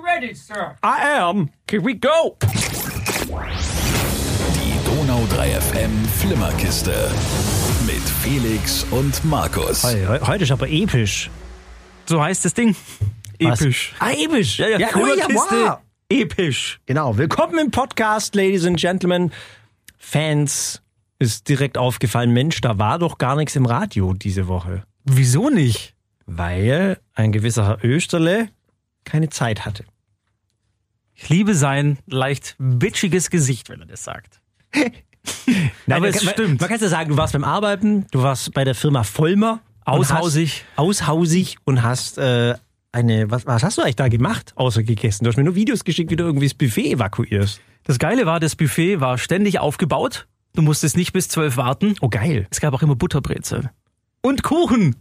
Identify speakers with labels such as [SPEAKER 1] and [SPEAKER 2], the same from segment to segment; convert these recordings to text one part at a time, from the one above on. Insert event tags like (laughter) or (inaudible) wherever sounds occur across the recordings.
[SPEAKER 1] ready, sir.
[SPEAKER 2] I am. Can we go?
[SPEAKER 3] Die Donau 3 FM Flimmerkiste mit Felix und Markus.
[SPEAKER 4] Hey, he- heute ist aber episch.
[SPEAKER 2] So heißt das Ding.
[SPEAKER 4] Was?
[SPEAKER 2] Episch.
[SPEAKER 4] Ah, episch.
[SPEAKER 2] Ja, ja, cool, ja,
[SPEAKER 4] Flimmerkiste.
[SPEAKER 2] wow. Episch.
[SPEAKER 4] Genau. Willkommen im Podcast, Ladies and Gentlemen. Fans ist direkt aufgefallen, Mensch, da war doch gar nichts im Radio diese Woche.
[SPEAKER 2] Wieso nicht?
[SPEAKER 4] Weil ein gewisser Herr Österle keine Zeit hatte.
[SPEAKER 2] Ich liebe sein leicht bitchiges Gesicht, wenn er das sagt. Aber
[SPEAKER 4] man
[SPEAKER 2] es
[SPEAKER 4] kann- Man,
[SPEAKER 2] stimmt.
[SPEAKER 4] man kann ja sagen, du warst beim Arbeiten, du warst bei der Firma Vollmer. und
[SPEAKER 2] Aushausig.
[SPEAKER 4] Hast, aushausig und hast äh, eine, was, was hast du eigentlich da gemacht, außer gegessen? Du hast mir nur Videos geschickt, wie du irgendwie das Buffet evakuierst.
[SPEAKER 2] Das Geile war, das Buffet war ständig aufgebaut. Du musstest nicht bis zwölf warten.
[SPEAKER 4] Oh, geil.
[SPEAKER 2] Es gab auch immer Butterbrezeln. Und Kuchen.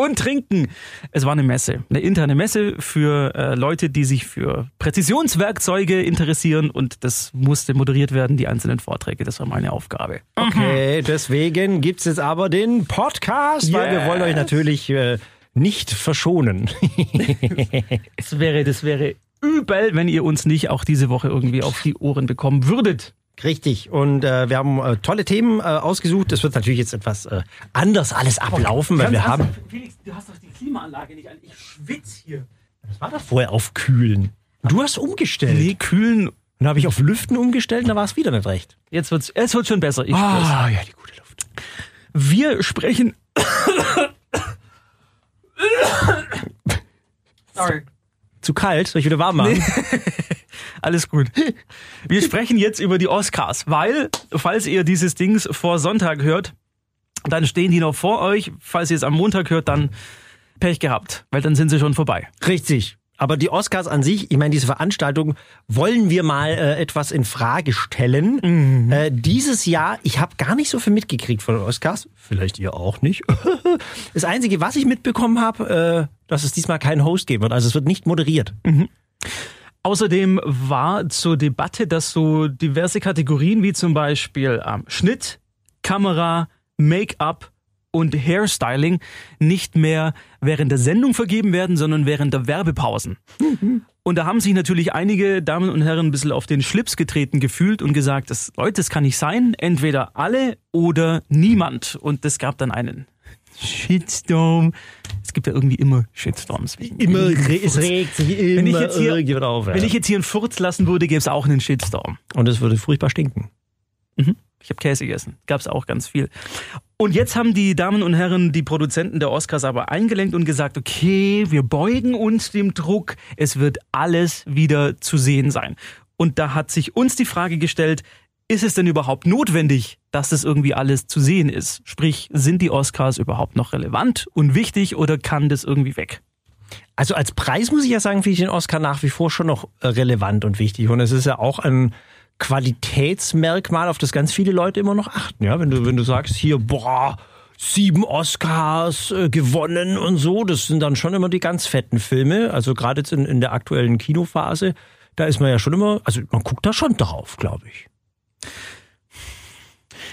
[SPEAKER 2] Und Trinken. Es war eine Messe. Eine interne Messe für äh, Leute, die sich für Präzisionswerkzeuge interessieren. Und das musste moderiert werden, die einzelnen Vorträge. Das war meine Aufgabe.
[SPEAKER 4] Okay, deswegen gibt's jetzt aber den Podcast, weil wir
[SPEAKER 2] Yes.
[SPEAKER 4] wollen euch natürlich äh, nicht verschonen. (laughs)
[SPEAKER 2] Das wäre, das wäre übel, wenn ihr uns nicht auch diese Woche irgendwie auf die Ohren bekommen würdet.
[SPEAKER 4] Richtig. Und äh, wir haben äh, tolle Themen äh, ausgesucht. Es wird natürlich jetzt etwas äh, anders alles ablaufen, weil wir haben
[SPEAKER 2] Felix, du hast doch die Klimaanlage nicht an. Ich schwitze hier.
[SPEAKER 4] war doch vorher auf Kühlen. Du hast umgestellt.
[SPEAKER 2] Nee, kühlen.
[SPEAKER 4] Dann habe ich auf Lüften umgestellt und da war es wieder nicht recht. ah
[SPEAKER 2] Jetzt wird's, es wird schon besser. Ich spür's.
[SPEAKER 4] ja, die gute Luft.
[SPEAKER 2] Wir sprechen
[SPEAKER 1] Sorry.
[SPEAKER 4] Zu kalt, soll ich wieder warm machen?
[SPEAKER 2] Alles (laughs) gut. Wir sprechen jetzt über die Oscars, weil, falls ihr dieses Dings vor Sonntag hört, dann stehen die noch vor euch. Falls ihr es am Montag hört, dann Pech gehabt, weil dann sind sie schon vorbei.
[SPEAKER 4] Richtig. Aber die Oscars an sich, ich meine, diese Veranstaltung wollen wir mal äh, etwas in Frage stellen.
[SPEAKER 2] Mhm.
[SPEAKER 4] Äh, dieses Jahr, ich habe gar nicht so viel mitgekriegt von den Oscars. Vielleicht ihr auch nicht. (laughs) das Einzige, was ich mitbekommen habe, äh, dass es diesmal keinen Host geben wird. Also es wird nicht moderiert.
[SPEAKER 2] Außerdem war zur Debatte, dass so diverse Kategorien wie zum Beispiel ähm, Schnitt, Kamera, Make-up und Hairstyling nicht mehr während der Sendung vergeben werden, sondern während der Werbepausen. Und da haben sich natürlich einige Damen und Herren ein bisschen auf den Schlips getreten gefühlt und gesagt, das, Leute, das kann nicht sein, entweder alle oder niemand. Und es gab dann einen Shitstorm. Es gibt ja irgendwie immer Shitstorms. wegen irgendeinem Furz.
[SPEAKER 4] regt sich immer
[SPEAKER 2] Wenn ich jetzt hier-
[SPEAKER 4] irgendjemand auf. Ja.
[SPEAKER 2] Wenn ich jetzt hier einen Furz lassen würde, gäbe es auch einen Shitstorm.
[SPEAKER 4] Und es würde furchtbar stinken.
[SPEAKER 2] Ich habe Käse gegessen. Gab es auch ganz viel. Und jetzt haben die Damen und Herren, die Produzenten der Oscars aber eingelenkt und gesagt, okay, wir beugen uns dem Druck. Es wird alles wieder zu sehen sein. Und da hat sich uns die Frage gestellt, ist es denn überhaupt notwendig, dass das irgendwie alles zu sehen ist? Sprich, sind die Oscars überhaupt noch relevant und wichtig oder kann das irgendwie weg?
[SPEAKER 4] Also als Preis muss ich ja sagen, finde ich den Oscar nach wie vor schon noch äh, relevant und wichtig. Und es ist ja auch ein Qualitätsmerkmal, auf das ganz viele Leute immer noch achten. Ja, wenn du, wenn du sagst, hier, boah, sieben Oscars äh, gewonnen und so, das sind dann schon immer die ganz fetten Filme. Also gerade jetzt in, in der aktuellen Kinophase, da ist man ja schon immer, also man guckt da schon drauf, glaube ich.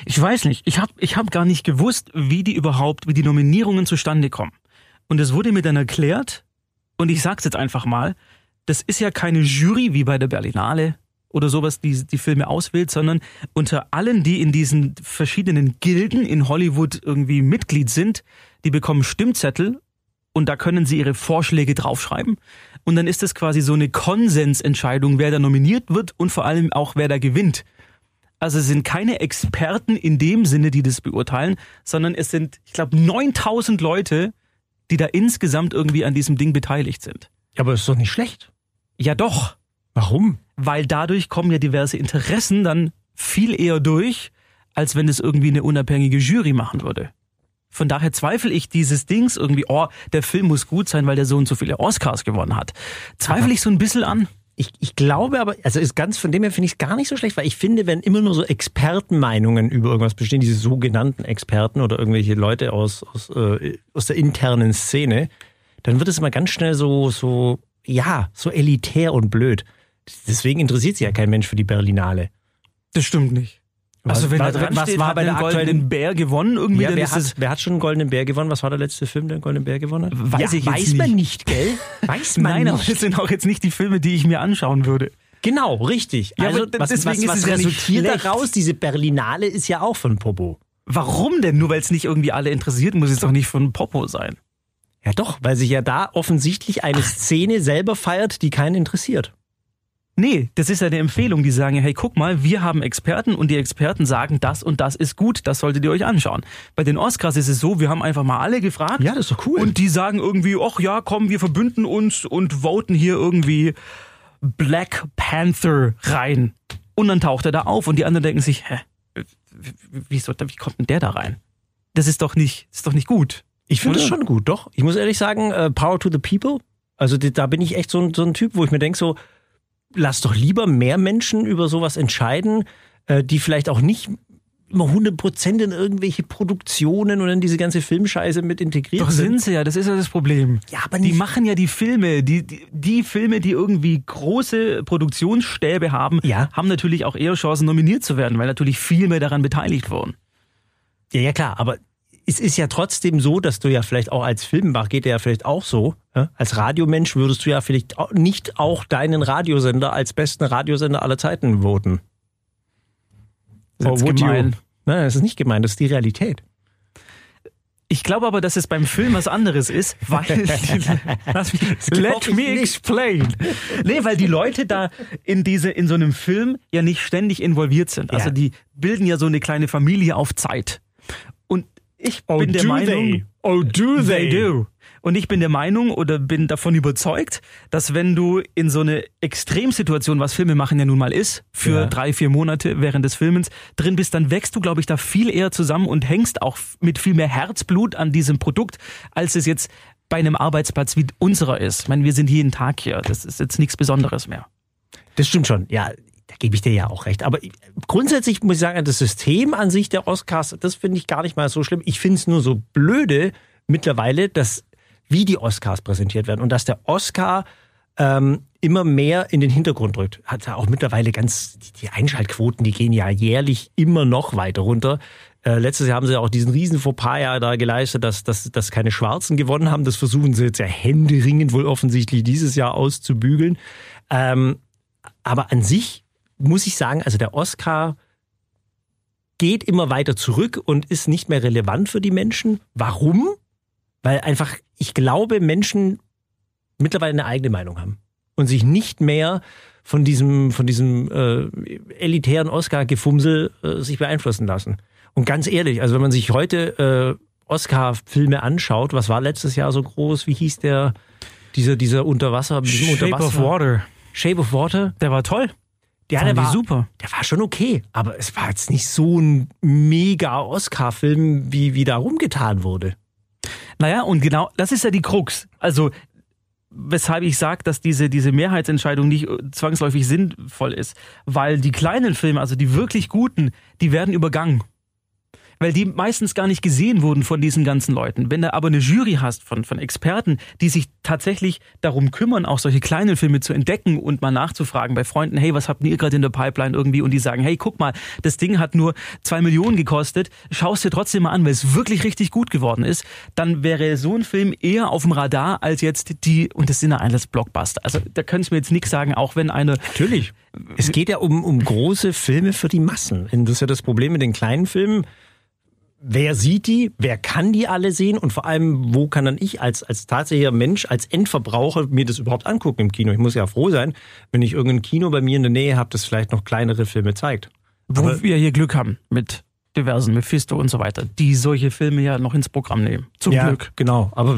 [SPEAKER 2] Ich weiß nicht. Ich habe ich hab gar nicht gewusst, wie die überhaupt, wie die Nominierungen zustande kommen. Und es wurde mir dann erklärt, und ich sag's jetzt einfach mal, das ist ja keine Jury wie bei der Berlinale oder sowas, die die Filme auswählt, sondern unter allen, die in diesen verschiedenen Gilden in Hollywood irgendwie Mitglied sind, die bekommen Stimmzettel und da können sie ihre Vorschläge draufschreiben. Und dann ist das quasi so eine Konsensentscheidung, wer da nominiert wird und vor allem auch, wer da gewinnt. Also es sind keine Experten in dem Sinne, die das beurteilen, sondern es sind, ich glaube, 9000 Leute, die da insgesamt irgendwie an diesem Ding beteiligt sind.
[SPEAKER 4] Ja, aber ist doch nicht schlecht.
[SPEAKER 2] Ja doch,
[SPEAKER 4] Warum?
[SPEAKER 2] weil dadurch kommen ja diverse Interessen dann viel eher durch, als wenn es irgendwie eine unabhängige Jury machen würde. Von daher zweifle ich dieses Dings irgendwie, oh, der Film muss gut sein, weil der so und so viele Oscars gewonnen hat. Zweifle ich so ein bisschen an.
[SPEAKER 4] Ich, ich glaube aber, also ist ganz von dem her finde ich es gar nicht so schlecht, weil ich finde, wenn immer nur so Expertenmeinungen über irgendwas bestehen, diese sogenannten Experten oder irgendwelche Leute aus, aus, äh, aus der internen Szene, dann wird es immer ganz schnell so, so, ja, so elitär und blöd. Deswegen interessiert sich ja kein Mensch für die Berlinale.
[SPEAKER 2] Das stimmt nicht. Also wenn da
[SPEAKER 4] was,
[SPEAKER 2] dran
[SPEAKER 4] was
[SPEAKER 2] steht,
[SPEAKER 4] war
[SPEAKER 2] hat
[SPEAKER 4] bei der
[SPEAKER 2] einen goldenen
[SPEAKER 4] aktuellen
[SPEAKER 2] Bär gewonnen irgendwie,
[SPEAKER 4] ja,
[SPEAKER 2] dann
[SPEAKER 4] wer,
[SPEAKER 2] ist
[SPEAKER 4] hat,
[SPEAKER 2] das
[SPEAKER 4] wer hat schon einen goldenen Bär gewonnen? Was war der letzte Film, der einen goldenen Bär gewonnen hat?
[SPEAKER 2] Weiß
[SPEAKER 4] ja,
[SPEAKER 2] ich jetzt
[SPEAKER 4] weiß man nicht,
[SPEAKER 2] (laughs)
[SPEAKER 4] gell? Weiß man
[SPEAKER 2] Nein, aber
[SPEAKER 4] nicht.
[SPEAKER 2] das sind auch jetzt nicht die Filme, die ich mir anschauen würde.
[SPEAKER 4] Genau, richtig.
[SPEAKER 2] Ja,
[SPEAKER 4] also
[SPEAKER 2] aber d-
[SPEAKER 4] was,
[SPEAKER 2] deswegen ist
[SPEAKER 4] was, was
[SPEAKER 2] es ja nicht
[SPEAKER 4] resultiert
[SPEAKER 2] schlecht.
[SPEAKER 4] daraus? Diese Berlinale ist ja auch von Popo.
[SPEAKER 2] Warum denn? Nur weil es nicht irgendwie alle interessiert, muss es doch nicht von Popo sein.
[SPEAKER 4] Ja doch, weil sich ja da offensichtlich eine Szene selber feiert, die keinen interessiert.
[SPEAKER 2] Nee, das ist ja eine Empfehlung, die sagen, hey, guck mal, wir haben Experten und die Experten sagen, das und das ist gut, das solltet ihr euch anschauen. Bei den Oscars ist es so, wir haben einfach mal alle gefragt
[SPEAKER 4] Ja, das ist doch cool.
[SPEAKER 2] und die sagen irgendwie, ach ja, komm, wir verbünden uns und voten hier irgendwie Black Panther rein. Und dann taucht er da auf und die anderen denken sich, hä, w- w- wieso, wie kommt denn der da rein? Das ist doch nicht, das ist doch nicht gut.
[SPEAKER 4] ich finde das
[SPEAKER 2] Oder?
[SPEAKER 4] schon gut, doch. Ich muss ehrlich sagen, äh, Power to the People. Also die, da bin ich echt so, ein- so ein Typ, wo ich mir denke, so, lass doch lieber mehr Menschen über sowas entscheiden, äh, die vielleicht auch nicht immer 100% in irgendwelche Produktionen und in diese ganze Filmscheiße mit integriert
[SPEAKER 2] Doch
[SPEAKER 4] sind.
[SPEAKER 2] sind sie ja, das ist ja das Problem.
[SPEAKER 4] Ja, aber
[SPEAKER 2] Die
[SPEAKER 4] nicht-
[SPEAKER 2] machen ja die Filme, die, die, die Filme, die irgendwie große Produktionsstäbe haben,
[SPEAKER 4] Ja.
[SPEAKER 2] haben natürlich auch eher Chancen, nominiert zu werden, weil natürlich viel mehr daran beteiligt wurden.
[SPEAKER 4] Ja, ja, klar, aber es ist ja trotzdem so, dass du ja vielleicht auch als Filmbach geht dir ja vielleicht auch so. Ja? Als Radiomensch würdest du ja vielleicht auch nicht auch deinen Radiosender als besten Radiosender aller Zeiten voten.
[SPEAKER 2] Das ist jetzt
[SPEAKER 4] Or would you?
[SPEAKER 2] gemein.
[SPEAKER 4] Nein, das ist nicht gemein, das ist die Realität.
[SPEAKER 2] Ich glaube aber, dass es beim Film was anderes ist,
[SPEAKER 4] (laughs)
[SPEAKER 2] (laughs) weil die, lass mich,
[SPEAKER 4] glaub
[SPEAKER 2] let
[SPEAKER 4] ich
[SPEAKER 2] me
[SPEAKER 4] nicht.
[SPEAKER 2] explain. Nee, weil die Leute da in diese in so einem Film ja nicht ständig involviert sind. Also
[SPEAKER 4] Ja.
[SPEAKER 2] die bilden ja so eine kleine Familie auf Zeit. Und ich bin der Meinung,
[SPEAKER 4] Oh, do
[SPEAKER 2] They do. Oh. Und ich bin der Meinung oder bin davon überzeugt, dass wenn du in so eine Extremsituation, was Filme machen ja nun mal ist, für
[SPEAKER 4] Ja.
[SPEAKER 2] drei, vier Monate während des Filmens drin bist, dann wächst du, glaube ich, da viel eher zusammen und hängst auch f- mit viel mehr Herzblut an diesem Produkt, als es jetzt bei einem Arbeitsplatz wie unserer ist. Ich meine, wir sind jeden Tag hier. Das ist jetzt nichts Besonderes mehr.
[SPEAKER 4] Das stimmt schon, ja. Da gebe ich dir ja auch recht. Aber ich- grundsätzlich muss ich sagen, das System an sich der Oscars, das finde ich gar nicht mal so schlimm. Ich finde es nur so blöde mittlerweile, dass wie die Oscars präsentiert werden und dass der Oscar ähm, immer mehr in den Hintergrund rückt. Hat ja auch mittlerweile ganz, die, die Einschaltquoten, die gehen ja jährlich immer noch weiter runter. Äh, letztes Jahr haben sie ja auch diesen riesen Fauxpas ja da geleistet, dass, dass, dass keine Schwarzen gewonnen haben. Das versuchen sie jetzt ja händeringend wohl offensichtlich dieses Jahr auszubügeln. Ähm, aber an sich muss ich sagen, also der Oscar geht immer weiter zurück und ist nicht mehr relevant für die Menschen. Warum? Weil einfach, ich glaube, Menschen mittlerweile eine eigene Meinung haben und sich nicht mehr von diesem, von diesem äh, elitären Oscar-Gefumsel äh, sich beeinflussen lassen. Und ganz ehrlich, also wenn man sich heute äh, Oscar-Filme anschaut, was war letztes Jahr so groß? Wie hieß der, dieser, dieser Unterwasser? mit diesem Unterwasser-
[SPEAKER 2] Water.
[SPEAKER 4] Shape of Water?
[SPEAKER 2] Der war toll.
[SPEAKER 4] Ja,
[SPEAKER 2] Fand
[SPEAKER 4] der
[SPEAKER 2] ich
[SPEAKER 4] war
[SPEAKER 2] super.
[SPEAKER 4] Der war schon okay, aber es war jetzt nicht so ein mega Oscar-Film, wie, wie da rumgetan wurde.
[SPEAKER 2] Naja, und genau, das ist ja die Krux. Also, weshalb ich sage, dass diese, diese Mehrheitsentscheidung nicht äh, zwangsläufig sinnvoll ist. Weil die kleinen Filme, also die wirklich guten, die werden übergangen. Weil die meistens gar nicht gesehen wurden von diesen ganzen Leuten. Wenn du aber eine Jury hast von, von Experten, die sich tatsächlich darum kümmern, auch solche kleinen Filme zu entdecken und mal nachzufragen bei Freunden, hey, was habt ihr gerade in der Pipeline irgendwie? Und die sagen, hey, guck mal, das Ding hat nur zwei Millionen gekostet, schaust dir trotzdem mal an, weil es wirklich richtig gut geworden ist, dann wäre so ein Film eher auf dem Radar als jetzt die, und das sind ja alles Blockbuster. Also da könntest du mir jetzt nichts sagen, auch wenn eine
[SPEAKER 4] Natürlich. Es geht ja um, um große Filme für die Massen. Und das ist ja das Problem mit den kleinen Filmen. Wer sieht die? Wer kann die alle sehen? Und vor allem, wo kann dann ich als, als tatsächlicher Mensch, als Endverbraucher mir das überhaupt angucken im Kino? Ich muss ja froh sein, wenn ich irgendein Kino bei mir in der Nähe habe, das vielleicht noch kleinere Filme zeigt.
[SPEAKER 2] wo
[SPEAKER 4] Aber-
[SPEAKER 2] wir hier Glück haben mit diversen Mephisto und so weiter, die solche Filme ja noch ins Programm nehmen. Zum Glück.
[SPEAKER 4] genau. Aber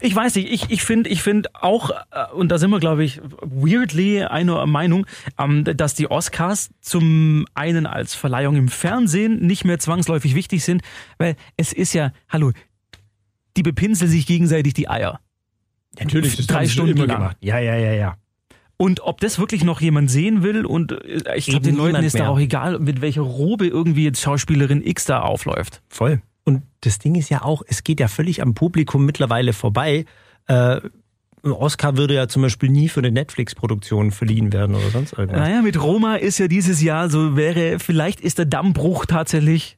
[SPEAKER 2] Ich weiß nicht, ich ich finde ich find auch, äh, und da sind wir, glaube ich, weirdly einer Meinung, ähm, dass die Oscars zum einen als Verleihung im Fernsehen nicht mehr zwangsläufig wichtig sind, weil es ist ja, hallo, die bepinseln sich gegenseitig die Eier.
[SPEAKER 4] natürlich,
[SPEAKER 2] Drei Stunden lang.
[SPEAKER 4] Ja, ja, ja, ja.
[SPEAKER 2] Und ob das wirklich noch jemand sehen will und äh, ich glaube,
[SPEAKER 4] Eben
[SPEAKER 2] den Leuten
[SPEAKER 4] niemand
[SPEAKER 2] ist da
[SPEAKER 4] mehr.
[SPEAKER 2] auch egal, mit welcher Robe irgendwie jetzt Schauspielerin X da aufläuft.
[SPEAKER 4] Voll. Und das Ding ist ja auch, es geht ja völlig am Publikum mittlerweile vorbei, äh, ein Oscar würde ja zum Beispiel nie für eine Netflix-Produktion verliehen werden oder sonst irgendwas.
[SPEAKER 2] Naja, mit Roma ist ja dieses Jahr so, wäre, vielleicht ist der Dammbruch tatsächlich.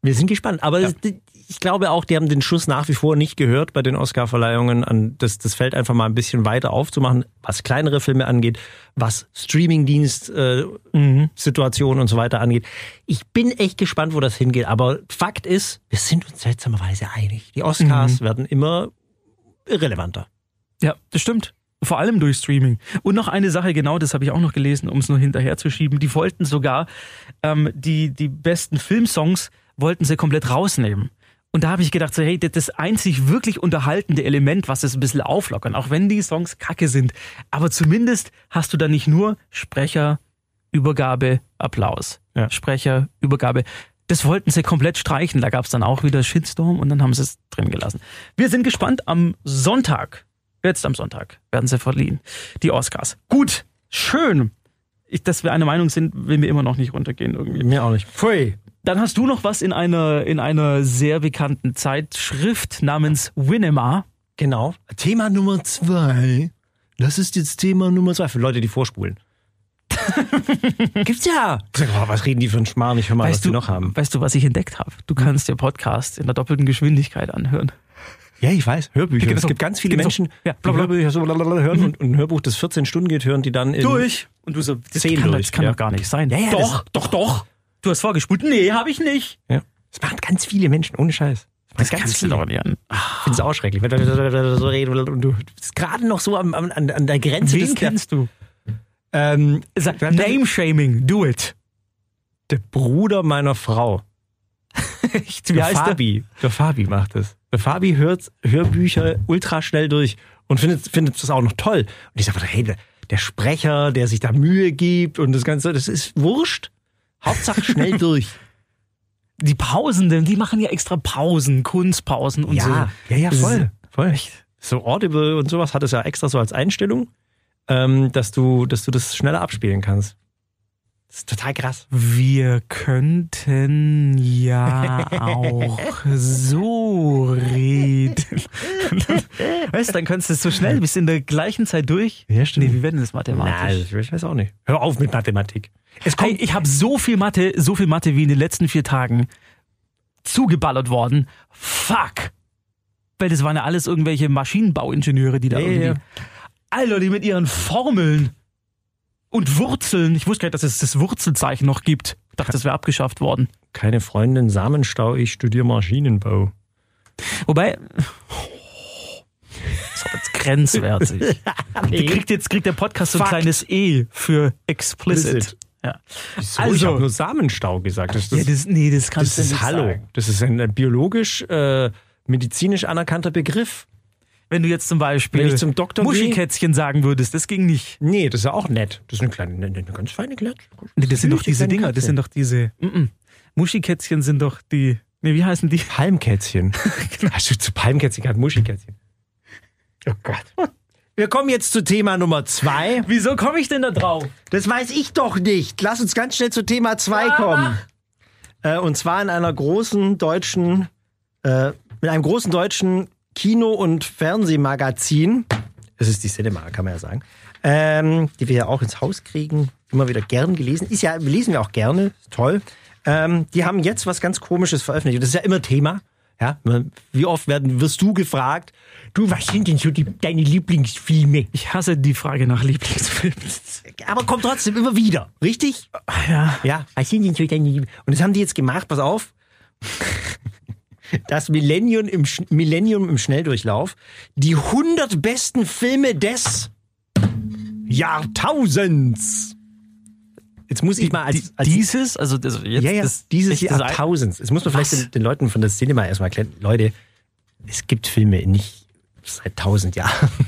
[SPEAKER 4] Wir sind gespannt. Aber es- ich glaube auch, die haben den Schuss nach wie vor nicht gehört bei den Oscar-Verleihungen. An- Das, das fällt einfach mal ein bisschen weiter aufzumachen, was kleinere Filme angeht, was Mhm. Streaming-Dienst-Situationen und so weiter angeht. Ich bin echt gespannt, wo das hingeht. Aber Fakt ist, wir sind uns seltsamerweise einig. Die Oscars werden immer irrelevanter.
[SPEAKER 2] Ja, das stimmt. Vor allem durch Streaming. Und noch eine Sache, genau das habe ich auch noch gelesen, um es nur hinterherzuschieben. Die wollten sogar ähm, die, die besten Filmsongs wollten sie komplett rausnehmen. Und da habe ich gedacht, so, hey, das, das einzig wirklich unterhaltende Element, was es ein bisschen auflockern, auch wenn die Songs kacke sind. Aber zumindest hast du da nicht nur Sprecher, Übergabe, Applaus.
[SPEAKER 4] Ja.
[SPEAKER 2] Sprecher, Übergabe. Das wollten sie komplett streichen. Da gab es dann auch wieder Shitstorm und dann haben sie es drin gelassen. Wir sind gespannt. Am Sonntag, jetzt am Sonntag, werden sie verliehen. Die Oscars. Gut, schön. Ich, dass wir einer Meinung sind, will mir immer noch nicht runtergehen irgendwie.
[SPEAKER 4] Mir auch nicht. Pfui.
[SPEAKER 2] Dann hast du noch was in einer, in einer sehr bekannten Zeitschrift namens Winema.
[SPEAKER 4] Genau. Thema Nummer zwei. Das ist jetzt Thema Nummer zwei für Leute, die
[SPEAKER 2] (laughs)
[SPEAKER 4] vorspulen. Gibt's ja. Ich sag, boah, was reden die für einen Schmarrn? Ich hör mal, was die noch haben.
[SPEAKER 2] weißt du, was ich entdeckt habe? Du kannst dir Podcasts in der doppelten Geschwindigkeit anhören.
[SPEAKER 4] Ja, ich weiß. Hörbücher.
[SPEAKER 2] Gibt's
[SPEAKER 4] Es
[SPEAKER 2] auch-
[SPEAKER 4] gibt ganz viele
[SPEAKER 2] gibt's auch-
[SPEAKER 4] Menschen,
[SPEAKER 2] ja,
[SPEAKER 4] die
[SPEAKER 2] bla, bla. Hm.
[SPEAKER 4] Hörbücher so blablabla hören und und ein Hörbuch, das 14 Stunden geht, hören die dann in...
[SPEAKER 2] Und du so, das
[SPEAKER 4] Zehn
[SPEAKER 2] kann,
[SPEAKER 4] durch,
[SPEAKER 2] das kann
[SPEAKER 4] ja.
[SPEAKER 2] doch gar nicht sein.
[SPEAKER 4] Ja, ja,
[SPEAKER 2] doch, doch, doch. Du hast vorgespult. Nee, habe ich nicht. genau.
[SPEAKER 4] Ja. Das machen ganz viele Menschen, ohne Scheiß.
[SPEAKER 2] Das
[SPEAKER 4] machen
[SPEAKER 2] kannst du doch nicht an.
[SPEAKER 4] Ich find's auch schrecklich. Wenn wir so reden und du bist gerade noch so am, am, an, an der Grenze
[SPEAKER 2] Wen
[SPEAKER 4] des... der-
[SPEAKER 2] kennst du?
[SPEAKER 4] Ähm,
[SPEAKER 2] Sag, Name-Shaming, do it.
[SPEAKER 4] der Bruder meiner Frau.
[SPEAKER 2] Echt? Wie
[SPEAKER 4] der
[SPEAKER 2] heißt der?
[SPEAKER 4] Fabi. Der Fabi macht es. Der Fabi hört Hörbücher ultra schnell durch und findet, findet das auch noch toll. Und ich sage, hey, der, der Sprecher, der sich da Mühe gibt und das Ganze, das ist wurscht. Hauptsache (laughs) schnell durch.
[SPEAKER 2] Die Pausen, denn die machen ja extra Pausen, Kunstpausen und so.
[SPEAKER 4] ja, ja, voll. voll. So Audible und sowas hat es ja extra so als Einstellung, ähm, dass, du, dass du das schneller abspielen kannst. Das ist total krass.
[SPEAKER 2] Wir könnten (laughs) ja auch so reden. (laughs) weißt du, dann könntest du es so schnell, bist in der gleichen Zeit durch.
[SPEAKER 4] Ja, stimmt. also
[SPEAKER 2] Nee, wie werden das mathematisch?
[SPEAKER 4] ich weiß auch nicht. Hör auf mit Mathematik. Es
[SPEAKER 2] hey, ich habe so viel Mathe, so viel Mathe wie in den letzten vier Tagen zugeballert worden. Fuck! Weil das waren ja alles irgendwelche Maschinenbauingenieure, die da
[SPEAKER 4] Ja, ja,
[SPEAKER 2] irgendwie.
[SPEAKER 4] ja.
[SPEAKER 2] Alter, die mit ihren Formeln und Wurzeln. Ich wusste gar nicht, dass es das Wurzelzeichen noch gibt. Ich dachte, das wäre abgeschafft worden.
[SPEAKER 4] keine Freundin, Samenstau, ich studiere Maschinenbau.
[SPEAKER 2] Wobei. Das war
[SPEAKER 4] (laughs)
[SPEAKER 2] jetzt grenzwertig. Die kriegt jetzt kriegt der Podcast so ein
[SPEAKER 4] Fuck.
[SPEAKER 2] kleines E für explicit.
[SPEAKER 4] Explicit.
[SPEAKER 2] Ja.
[SPEAKER 4] Wieso? ich
[SPEAKER 2] Also-
[SPEAKER 4] habe nur Samenstau gesagt. Das, das,
[SPEAKER 2] ja, das, nee, das kannst
[SPEAKER 4] das ist
[SPEAKER 2] du nicht
[SPEAKER 4] Hallo.
[SPEAKER 2] sagen.
[SPEAKER 4] Das ist ein äh, biologisch, äh, medizinisch anerkannter Begriff.
[SPEAKER 2] Wenn du jetzt zum Beispiel
[SPEAKER 4] Wenn ich zum Doktor gehe-
[SPEAKER 2] Muschikätzchen sagen würdest, das ging nicht.
[SPEAKER 4] Nee, das ist ja auch nett. Das ist eine kleine, eine, eine ganz feine Klatsch.
[SPEAKER 2] Nee, das sind doch diese Dinger, das sind
[SPEAKER 4] doch
[SPEAKER 2] doch diese. Mm-mm. Muschikätzchen sind doch die. Nee, wie heißen die?
[SPEAKER 4] Palmkätzchen. Genau. Hast du zu Palmkätzchen gesagt? Muschikätzchen. Oh Gott.
[SPEAKER 2] (laughs)
[SPEAKER 4] Wir kommen jetzt zu Thema Nummer zwei.
[SPEAKER 2] (laughs) Wieso komme ich denn da drauf?
[SPEAKER 4] Das weiß ich doch nicht. Lass uns ganz schnell zu Thema 2 kommen. Äh, und zwar in einer großen deutschen, äh, mit einem großen deutschen Kino- und Fernsehmagazin. Es ist die Cinema, kann man ja sagen. Ähm, die wir ja auch ins Haus kriegen. Immer wieder gern gelesen. Ist ja, lesen wir auch gerne. Ist Toll. Ähm, die haben jetzt was ganz Komisches veröffentlicht. Und Das ist ja immer Thema. Ja, wie oft werden, wirst du gefragt, du, was sind denn so die, deine Lieblingsfilme?
[SPEAKER 2] Ich hasse die Frage nach Lieblingsfilms.
[SPEAKER 4] Aber kommt trotzdem immer wieder, richtig?
[SPEAKER 2] Ah, Ja.
[SPEAKER 4] Ja, was sind denn so deine Lieben? Und das haben die jetzt gemacht, pass auf. Das Millennium im, Sch- Millennium im Schnelldurchlauf. Die 100 besten Filme des Jahrtausends. Jetzt muss ich mal als, als
[SPEAKER 2] dieses, also, das, jetzt
[SPEAKER 4] ja, ja,
[SPEAKER 2] das,
[SPEAKER 4] dieses
[SPEAKER 2] ich- das-
[SPEAKER 4] Jahrtausends. Jetzt muss man vielleicht
[SPEAKER 2] Was?
[SPEAKER 4] den, den Leuten von der Cinema erstmal erklären. Leute, es gibt Filme nicht seit tausend Jahren. (laughs)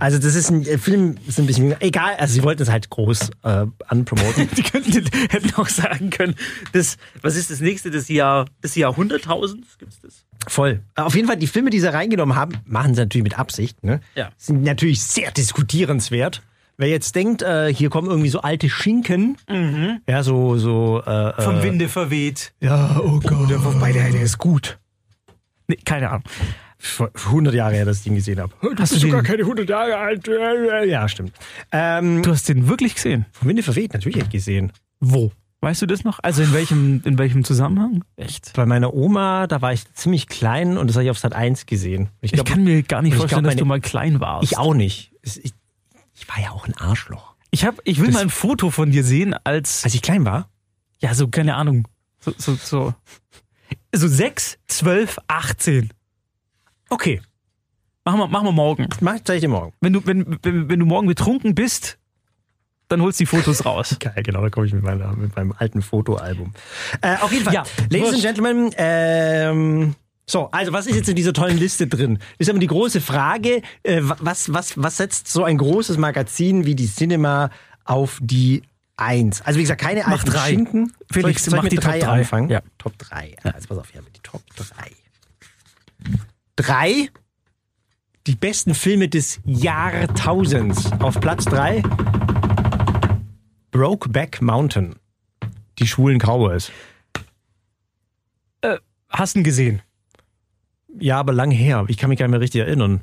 [SPEAKER 4] Also das ist ein äh, Film, ist ein bisschen egal. Also sie wollten es halt groß äh, anpromoten.
[SPEAKER 2] (laughs) Die könnten, hätten auch sagen können, das, was ist das nächste, das Jahr, das Jahr 100.000? Gibt's das?
[SPEAKER 4] Voll. Äh, Auf jeden Fall, die Filme, die sie reingenommen haben, machen sie natürlich mit Absicht. Ne?
[SPEAKER 2] Ja.
[SPEAKER 4] Sind natürlich sehr diskutierenswert. Wer jetzt denkt, äh, hier kommen irgendwie so alte Schinken, ja, so, so, äh, äh,
[SPEAKER 2] Vom Winde verweht.
[SPEAKER 4] ja, oh Gott, der, der ist gut.
[SPEAKER 2] Nee, keine Ahnung.
[SPEAKER 4] vor 100 Jahre her, dass ich den gesehen habe. Du
[SPEAKER 2] Hast du
[SPEAKER 4] bist sogar
[SPEAKER 2] den-
[SPEAKER 4] keine 100 Jahre alt. Ja, stimmt. Ähm,
[SPEAKER 2] Du hast den wirklich gesehen.
[SPEAKER 4] vom Winde verweht, natürlich hätte ich gesehen.
[SPEAKER 2] Wo? Weißt du das noch? Also in welchem, in welchem Zusammenhang? Echt?
[SPEAKER 4] Bei meiner Oma, da war ich ziemlich klein und das habe ich auf Sat 1 gesehen.
[SPEAKER 2] Ich, kann mir gar nicht
[SPEAKER 4] ich
[SPEAKER 2] vorstellen,
[SPEAKER 4] glaub,
[SPEAKER 2] dass du
[SPEAKER 4] meine-
[SPEAKER 2] mal klein warst.
[SPEAKER 4] ich auch nicht. Es- Ich, ich war ja auch ein Arschloch.
[SPEAKER 2] Ich, hab, ich will
[SPEAKER 4] Das-
[SPEAKER 2] mal ein Foto von dir sehen als,
[SPEAKER 4] Als ich klein war?
[SPEAKER 2] Also, ja, so, keine Ahnung. So, so, so. So 6, 12, 18.
[SPEAKER 4] Okay,
[SPEAKER 2] Machen wir, machen wir morgen.
[SPEAKER 4] mach ich gleich den Morgen.
[SPEAKER 2] Wenn du, wenn, wenn, wenn du morgen betrunken bist, dann holst du die Fotos raus.
[SPEAKER 4] (laughs) Geil, genau, da komme ich mit, meiner, mit meinem alten Fotoalbum. Äh, auf jeden Fall,
[SPEAKER 2] Ja,
[SPEAKER 4] Ladies and
[SPEAKER 2] wurscht.
[SPEAKER 4] Gentlemen, ähm, so, also was ist jetzt in dieser tollen Liste drin? Ist aber die große Frage, äh, wa- was, was, was setzt so ein großes Magazin wie die Cinema auf die Eins? Also wie gesagt, keine
[SPEAKER 2] Mach
[SPEAKER 4] alten
[SPEAKER 2] drei.
[SPEAKER 4] Schinken.
[SPEAKER 2] Felix,
[SPEAKER 4] soll ich, soll ich
[SPEAKER 2] mach
[SPEAKER 4] mit
[SPEAKER 2] die
[SPEAKER 4] drei
[SPEAKER 2] Top drei.
[SPEAKER 4] anfangen?
[SPEAKER 2] Ja.
[SPEAKER 4] Top 3. Also pass auf, hier haben wir die Top 3. Drei, die besten Filme des Jahrtausends. Auf Platz drei Brokeback Mountain. Die schwulen Cowboys.
[SPEAKER 2] Hast ihn gesehen?
[SPEAKER 4] Ja, aber lang her. Ich kann mich gar nicht mehr richtig erinnern.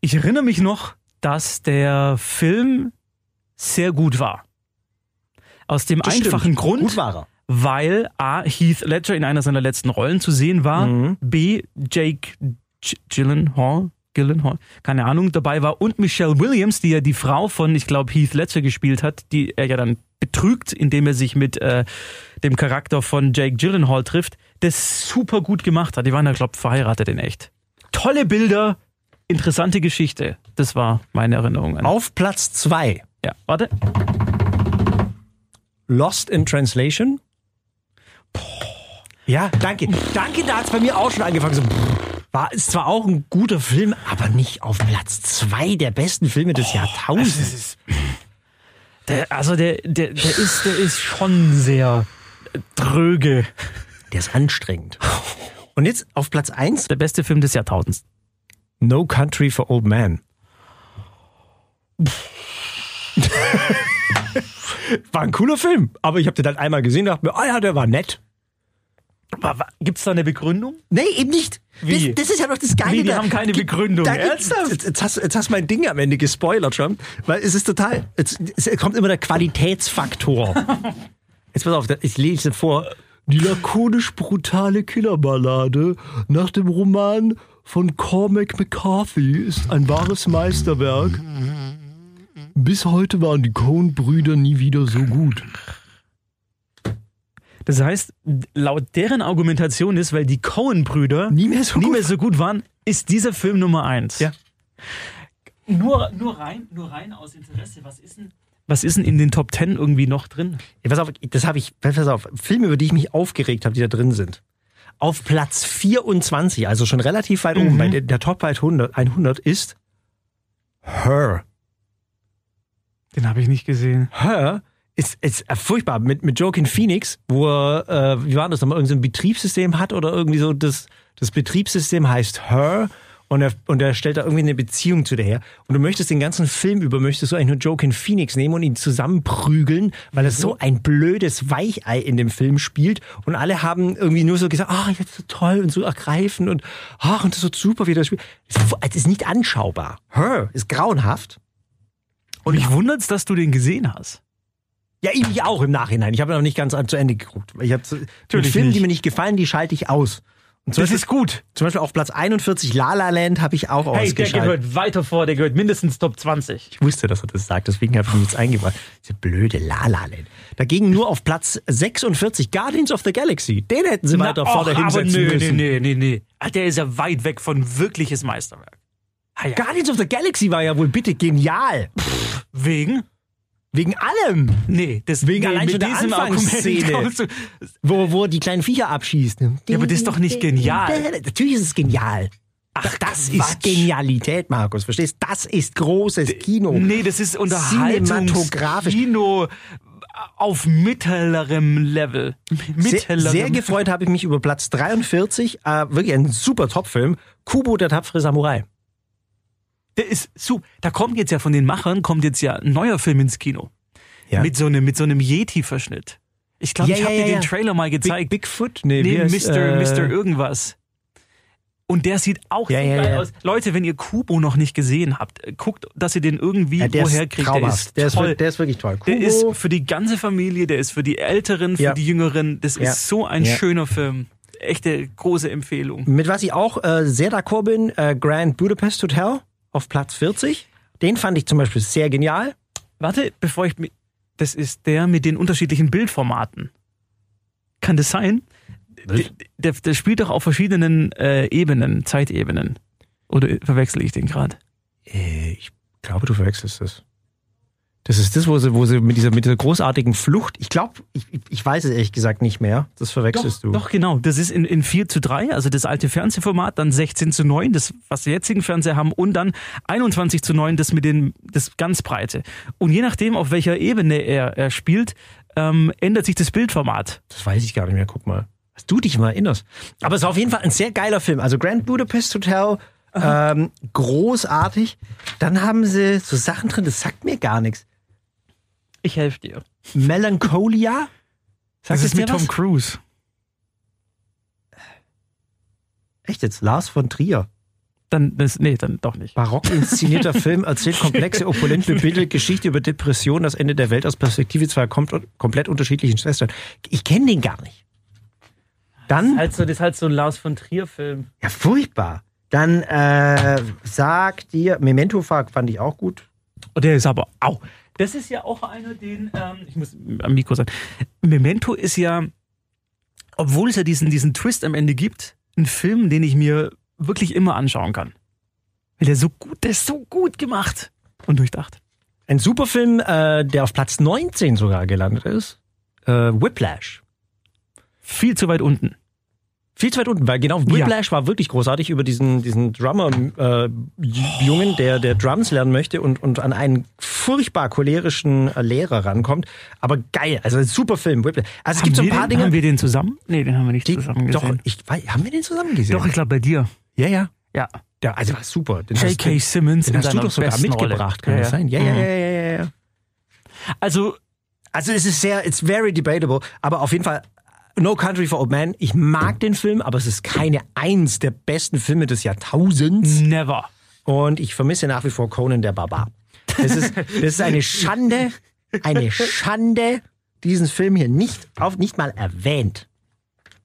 [SPEAKER 2] Ich erinnere mich noch, dass der Film sehr gut war. Aus dem einfachen Grund,
[SPEAKER 4] Gut war er.
[SPEAKER 2] weil A. Heath Ledger in einer seiner letzten Rollen zu sehen war, B. Jake G Gyllenhaal, Gyllenhaal, keine Ahnung, dabei war und Michelle Williams, die ja die Frau von, ich glaube, Heath Ledger gespielt hat, die er ja dann betrügt, indem er sich mit äh, dem Charakter von Jake Gyllenhaal trifft, das super gut gemacht hat. Die waren ja, glaube ich, verheiratet in echt. Tolle Bilder, interessante Geschichte. Das war meine Erinnerung an.
[SPEAKER 4] Auf Platz zwei
[SPEAKER 2] Ja, warte.
[SPEAKER 4] Lost in Translation. Ja, danke. Danke, da hat es bei mir auch schon angefangen. So, pff, war, ist zwar auch ein guter Film, aber nicht auf Platz zwei der besten Filme des Jahrtausends.
[SPEAKER 2] Der, also der, der, der ist, der ist schon sehr tröge.
[SPEAKER 4] Der ist anstrengend. Und jetzt auf Platz eins
[SPEAKER 2] Der beste Film des Jahrtausends.
[SPEAKER 4] No Country for Old Man. war ein cooler Film, aber ich habe den dann einmal gesehen und dachte mir, ah ja, der war nett.
[SPEAKER 2] Gibt es da eine Begründung?
[SPEAKER 4] Nee, eben nicht.
[SPEAKER 2] Wie?
[SPEAKER 4] Das, das ist ja noch das Geile.
[SPEAKER 2] Wie, die
[SPEAKER 4] da-
[SPEAKER 2] haben keine
[SPEAKER 4] Ge-
[SPEAKER 2] Begründung.
[SPEAKER 4] Da, jetzt,
[SPEAKER 2] Ernsthaft?
[SPEAKER 4] jetzt, hast, jetzt hast du mein Ding am Ende gespoilert schon, weil es ist total, jetzt, es kommt immer der
[SPEAKER 2] (laughs)
[SPEAKER 4] Qualitätsfaktor. jetzt pass auf, da- ich lese vor. Die lakonisch brutale Killerballade nach dem Roman von Cormac McCarthy ist ein wahres Meisterwerk. Bis heute waren die Cohn-Brüder nie wieder so gut.
[SPEAKER 2] Das heißt, laut deren Argumentation ist, weil die Cohen-Brüder
[SPEAKER 4] Nie mehr so
[SPEAKER 2] nie
[SPEAKER 4] gut.
[SPEAKER 2] mehr so gut waren, ist dieser Film Nummer eins.
[SPEAKER 4] Ja.
[SPEAKER 2] Nur, nur, rein, nur rein aus Interesse, was ist denn. Was ist denn in den Top Ten irgendwie noch drin?
[SPEAKER 4] Ja, pass auf, das habe ich, pass auf, Filme, über die ich mich aufgeregt habe, die da drin sind. Auf Platz 24, also schon relativ weit oben, bei der, der Top 100, 100 ist Her.
[SPEAKER 2] Den habe ich nicht gesehen.
[SPEAKER 4] Her ist, ist furchtbar mit, mit Joaquin Phoenix, wo er, äh, wie war das nochmal, irgendein so ein Betriebssystem hat oder irgendwie so, das, das Betriebssystem heißt Her und er, und er stellt da irgendwie eine Beziehung zu der her. Und du möchtest den ganzen Film über, möchtest du eigentlich nur Joaquin Phoenix nehmen und ihn zusammenprügeln, weil er so ein blödes Weichei in dem Film spielt und alle haben irgendwie nur so gesagt, ah, jetzt so toll und so ergreifend und ach, und das ist so super, wie das spielt. Es ist, fu- es ist nicht anschaubar. Her ist grauenhaft.
[SPEAKER 2] Und mich wundert's, dass du den gesehen hast.
[SPEAKER 4] Ja, ich mich auch im Nachhinein. Ich habe noch nicht ganz zu Ende geguckt. Ich habe
[SPEAKER 2] Natürlich
[SPEAKER 4] Filme, die
[SPEAKER 2] nicht.
[SPEAKER 4] mir nicht gefallen, die schalte ich aus. Und zum,
[SPEAKER 2] Das
[SPEAKER 4] Beispiel,
[SPEAKER 2] ist gut.
[SPEAKER 4] zum Beispiel auf Platz 41 La La Land habe ich auch ausgeschaltet.
[SPEAKER 2] weiter vor, der gehört mindestens Top 20.
[SPEAKER 4] Ich wusste, dass er das sagt, deswegen habe ich ihn jetzt eingebracht. Diese blöde La La Land. Dagegen nur auf Platz 46 Guardians of the Galaxy. Den hätten sie weiter vorne hinsetzen
[SPEAKER 2] nö,
[SPEAKER 4] müssen.
[SPEAKER 2] Nee, nee, nee, nee. Ah, Der ist ja weit weg von wirkliches Meisterwerk. Ah, ja.
[SPEAKER 4] Guardians of the Galaxy war ja wohl bitte genial.
[SPEAKER 2] Wegen?
[SPEAKER 4] Wegen allem,
[SPEAKER 2] Nee, das
[SPEAKER 4] Wegen
[SPEAKER 2] nee,
[SPEAKER 4] allein
[SPEAKER 2] mit
[SPEAKER 4] schon der
[SPEAKER 2] diesem Argument
[SPEAKER 4] Anfangsszene. (laughs)
[SPEAKER 2] kommst du-
[SPEAKER 4] wo, wo er die kleinen Viecher abschießt. Ja,
[SPEAKER 2] aber das ist doch nicht genial.
[SPEAKER 4] Äh, Natürlich ist es genial.
[SPEAKER 2] Ach,
[SPEAKER 4] Das ist Genialität, Markus, verstehst? Das ist großes Kino.
[SPEAKER 2] Nee, das ist Unterhaltungs-
[SPEAKER 4] Cinematografisch.
[SPEAKER 2] Kino auf mittlerem Level.
[SPEAKER 4] Sehr,
[SPEAKER 2] Mittlerem.
[SPEAKER 4] sehr gefreut habe ich mich über Platz 43, äh, wirklich ein super Top-Film, Kubo, der tapfere Samurai.
[SPEAKER 2] der ist super. Da kommt jetzt ja von den Machern kommt jetzt ja ein neuer Film ins Kino
[SPEAKER 4] Ja.
[SPEAKER 2] mit so einem mit so einem Yeti Verschnitt. Ich glaube,
[SPEAKER 4] Ja,
[SPEAKER 2] ich habe
[SPEAKER 4] ja,
[SPEAKER 2] dir
[SPEAKER 4] ja,
[SPEAKER 2] den
[SPEAKER 4] ja.
[SPEAKER 2] Trailer mal
[SPEAKER 4] Big,
[SPEAKER 2] gezeigt.
[SPEAKER 4] Bigfoot? Nee,
[SPEAKER 2] Nee,
[SPEAKER 4] wie heißt,
[SPEAKER 2] Mr.
[SPEAKER 4] äh,
[SPEAKER 2] Mr. irgendwas. Und der sieht auch
[SPEAKER 4] Ja,
[SPEAKER 2] so
[SPEAKER 4] ja,
[SPEAKER 2] geil
[SPEAKER 4] ja.
[SPEAKER 2] aus. Leute, wenn ihr Kubo noch nicht gesehen habt, äh, guckt, dass ihr den irgendwie
[SPEAKER 4] Ja, der
[SPEAKER 2] woher
[SPEAKER 4] ist
[SPEAKER 2] kriegt. Der
[SPEAKER 4] traumhaft.
[SPEAKER 2] ist,
[SPEAKER 4] der, ist,
[SPEAKER 2] toll.
[SPEAKER 4] wir- der ist wirklich toll. Kubo,
[SPEAKER 2] Der ist für die ganze Familie, der ist für die Älteren, für
[SPEAKER 4] Ja.
[SPEAKER 2] die Jüngeren. Das
[SPEAKER 4] Ja.
[SPEAKER 2] ist so ein
[SPEAKER 4] Ja.
[SPEAKER 2] schöner Film. Echte große Empfehlung.
[SPEAKER 4] mit was ich auch äh, sehr d'accord bin, äh, Grand Budapest Hotel auf Platz 40. Den fand ich zum Beispiel sehr genial.
[SPEAKER 2] Warte, bevor ich mi- Das ist der mit den unterschiedlichen Bildformaten. Kann das sein? Der, der, der spielt doch auf verschiedenen äh, Ebenen, Zeitebenen. Oder verwechsel ich den gerade?
[SPEAKER 4] Äh, ich glaube, du verwechselst das. Das ist das, wo sie, wo sie mit, dieser, mit dieser großartigen Flucht. Ich glaube, ich, ich- ich weiß es ehrlich gesagt nicht mehr. Das verwechselst du.
[SPEAKER 2] Doch, genau. Das ist in, in 4 zu 3, also das alte Fernsehformat, dann 16 zu 9, das, was die jetzigen Fernseher haben, und dann 21 zu 9, das mit den, das ganz breite. Und je nachdem, auf welcher Ebene er, er spielt, ähm, ändert sich das Bildformat.
[SPEAKER 4] Das weiß ich gar nicht mehr. Guck mal. Dass du dich mal erinnerst. Aber es war auf jeden Fall ein sehr geiler Film. Also Grand Budapest Hotel, ähm, großartig. Dann haben sie so Sachen drin, das sagt mir gar nichts.
[SPEAKER 2] Ich helfe dir.
[SPEAKER 4] Melancholia? Sagt
[SPEAKER 2] Das
[SPEAKER 4] es
[SPEAKER 2] ist
[SPEAKER 4] mir
[SPEAKER 2] mit
[SPEAKER 4] was?
[SPEAKER 2] Tom Cruise.
[SPEAKER 4] Echt jetzt? Lars von Trier.
[SPEAKER 2] Dann, das, nee, dann doch nicht.
[SPEAKER 4] Barock inszenierter Film erzählt komplexe, opulent bebilderte Geschichte über Depression, das Ende der Welt aus Perspektive zweier kom komplett unterschiedlichen Schwestern. Ich kenne den gar nicht. Dann,
[SPEAKER 2] so, das ist halt so ein Lars von Trier-Film.
[SPEAKER 4] ja furchtbar. Dann äh, sag dir, Memento fand ich auch gut.
[SPEAKER 2] Und der ist aber, au. Das ist ja auch einer, den, ähm, ich muss am Mikro sein. Memento ist ja, obwohl es ja diesen, diesen Twist am Ende gibt, ein Film, den ich mir wirklich immer anschauen kann. Weil der so gut, der ist so gut gemacht und durchdacht.
[SPEAKER 4] Ein super Film, äh, der auf Platz 19 sogar gelandet ist. Äh, Whiplash.
[SPEAKER 2] Viel zu weit unten.
[SPEAKER 4] Viel zu weit unten, weil genau Whiplash war wirklich großartig über diesen, diesen Drummer-Jungen, der, der Drums lernen möchte und, und an einen furchtbar cholerischen äh, Lehrer rankommt. Aber geil, also ein super Film, Whiplash. Also es gibt so ein
[SPEAKER 2] wir
[SPEAKER 4] paar
[SPEAKER 2] den,
[SPEAKER 4] Dinge,
[SPEAKER 2] Haben wir den zusammen? Nee, den haben wir nicht
[SPEAKER 4] die,
[SPEAKER 2] zusammen
[SPEAKER 4] doch,
[SPEAKER 2] gesehen.
[SPEAKER 4] ich weiß, haben wir den zusammen gesehen?
[SPEAKER 2] ich glaube bei dir.
[SPEAKER 4] ja, ja.
[SPEAKER 2] Ja.
[SPEAKER 4] Der, also war super. Den hast,
[SPEAKER 2] J.K.
[SPEAKER 4] du-
[SPEAKER 2] Simmons
[SPEAKER 4] den
[SPEAKER 2] in
[SPEAKER 4] hast du
[SPEAKER 2] seiner
[SPEAKER 4] doch sogar
[SPEAKER 2] besten Rolle.
[SPEAKER 4] mitgebracht, kann
[SPEAKER 2] Ja,
[SPEAKER 4] das
[SPEAKER 2] ja.
[SPEAKER 4] sein? Ja, ja,
[SPEAKER 2] Mhm.
[SPEAKER 4] ja, ja, ja, ja.
[SPEAKER 2] Also,
[SPEAKER 4] Also es ist sehr, it's very debatable, aber auf jeden Fall No Country for Old Man. Ich mag den Film, aber es ist keine eins der besten Filme des Jahrtausends.
[SPEAKER 2] never.
[SPEAKER 4] Und ich vermisse nach wie vor Conan der Barbar. Es ist, das ist eine Schande, eine Schande, diesen Film hier nicht auf, nicht mal erwähnt.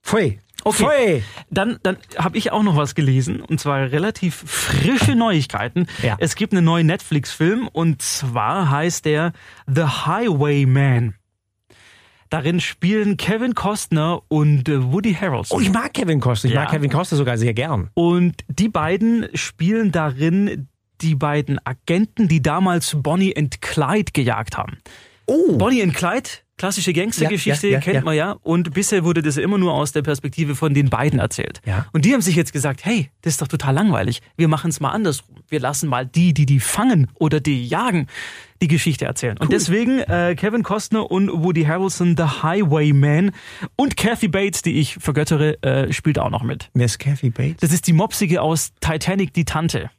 [SPEAKER 4] Pfui.
[SPEAKER 2] Okay. Dann, dann habe ich auch noch was gelesen und zwar relativ frische Neuigkeiten.
[SPEAKER 4] Ja.
[SPEAKER 2] Es gibt einen neuen Netflix-Film und zwar heißt der The Highwayman. Darin spielen Kevin Costner und äh, Woody Harrelson.
[SPEAKER 4] Oh, ich mag Kevin Costner. Ich
[SPEAKER 2] Ja.
[SPEAKER 4] mag Kevin Costner sogar sehr gern.
[SPEAKER 2] Und die beiden spielen darin die beiden Agenten, die damals Bonnie and Clyde gejagt haben.
[SPEAKER 4] Oh.
[SPEAKER 2] Bonnie and Clyde, klassische Gangstergeschichte,
[SPEAKER 4] Ja, ja, ja,
[SPEAKER 2] kennt
[SPEAKER 4] ja.
[SPEAKER 2] man ja. Und bisher wurde das immer nur aus der Perspektive von den beiden erzählt.
[SPEAKER 4] Ja.
[SPEAKER 2] Und die haben sich jetzt gesagt, hey, das ist doch total langweilig. Wir machen es mal andersrum. Wir lassen mal die, die die fangen oder die jagen, die Geschichte erzählen. Und deswegen äh, Kevin Costner und Woody Harrelson, The Highwayman und Kathy Bates, die ich vergöttere, äh, spielt auch noch mit.
[SPEAKER 4] Miss Kathy Bates.
[SPEAKER 2] Das ist die Mopsige aus Titanic, die Tante.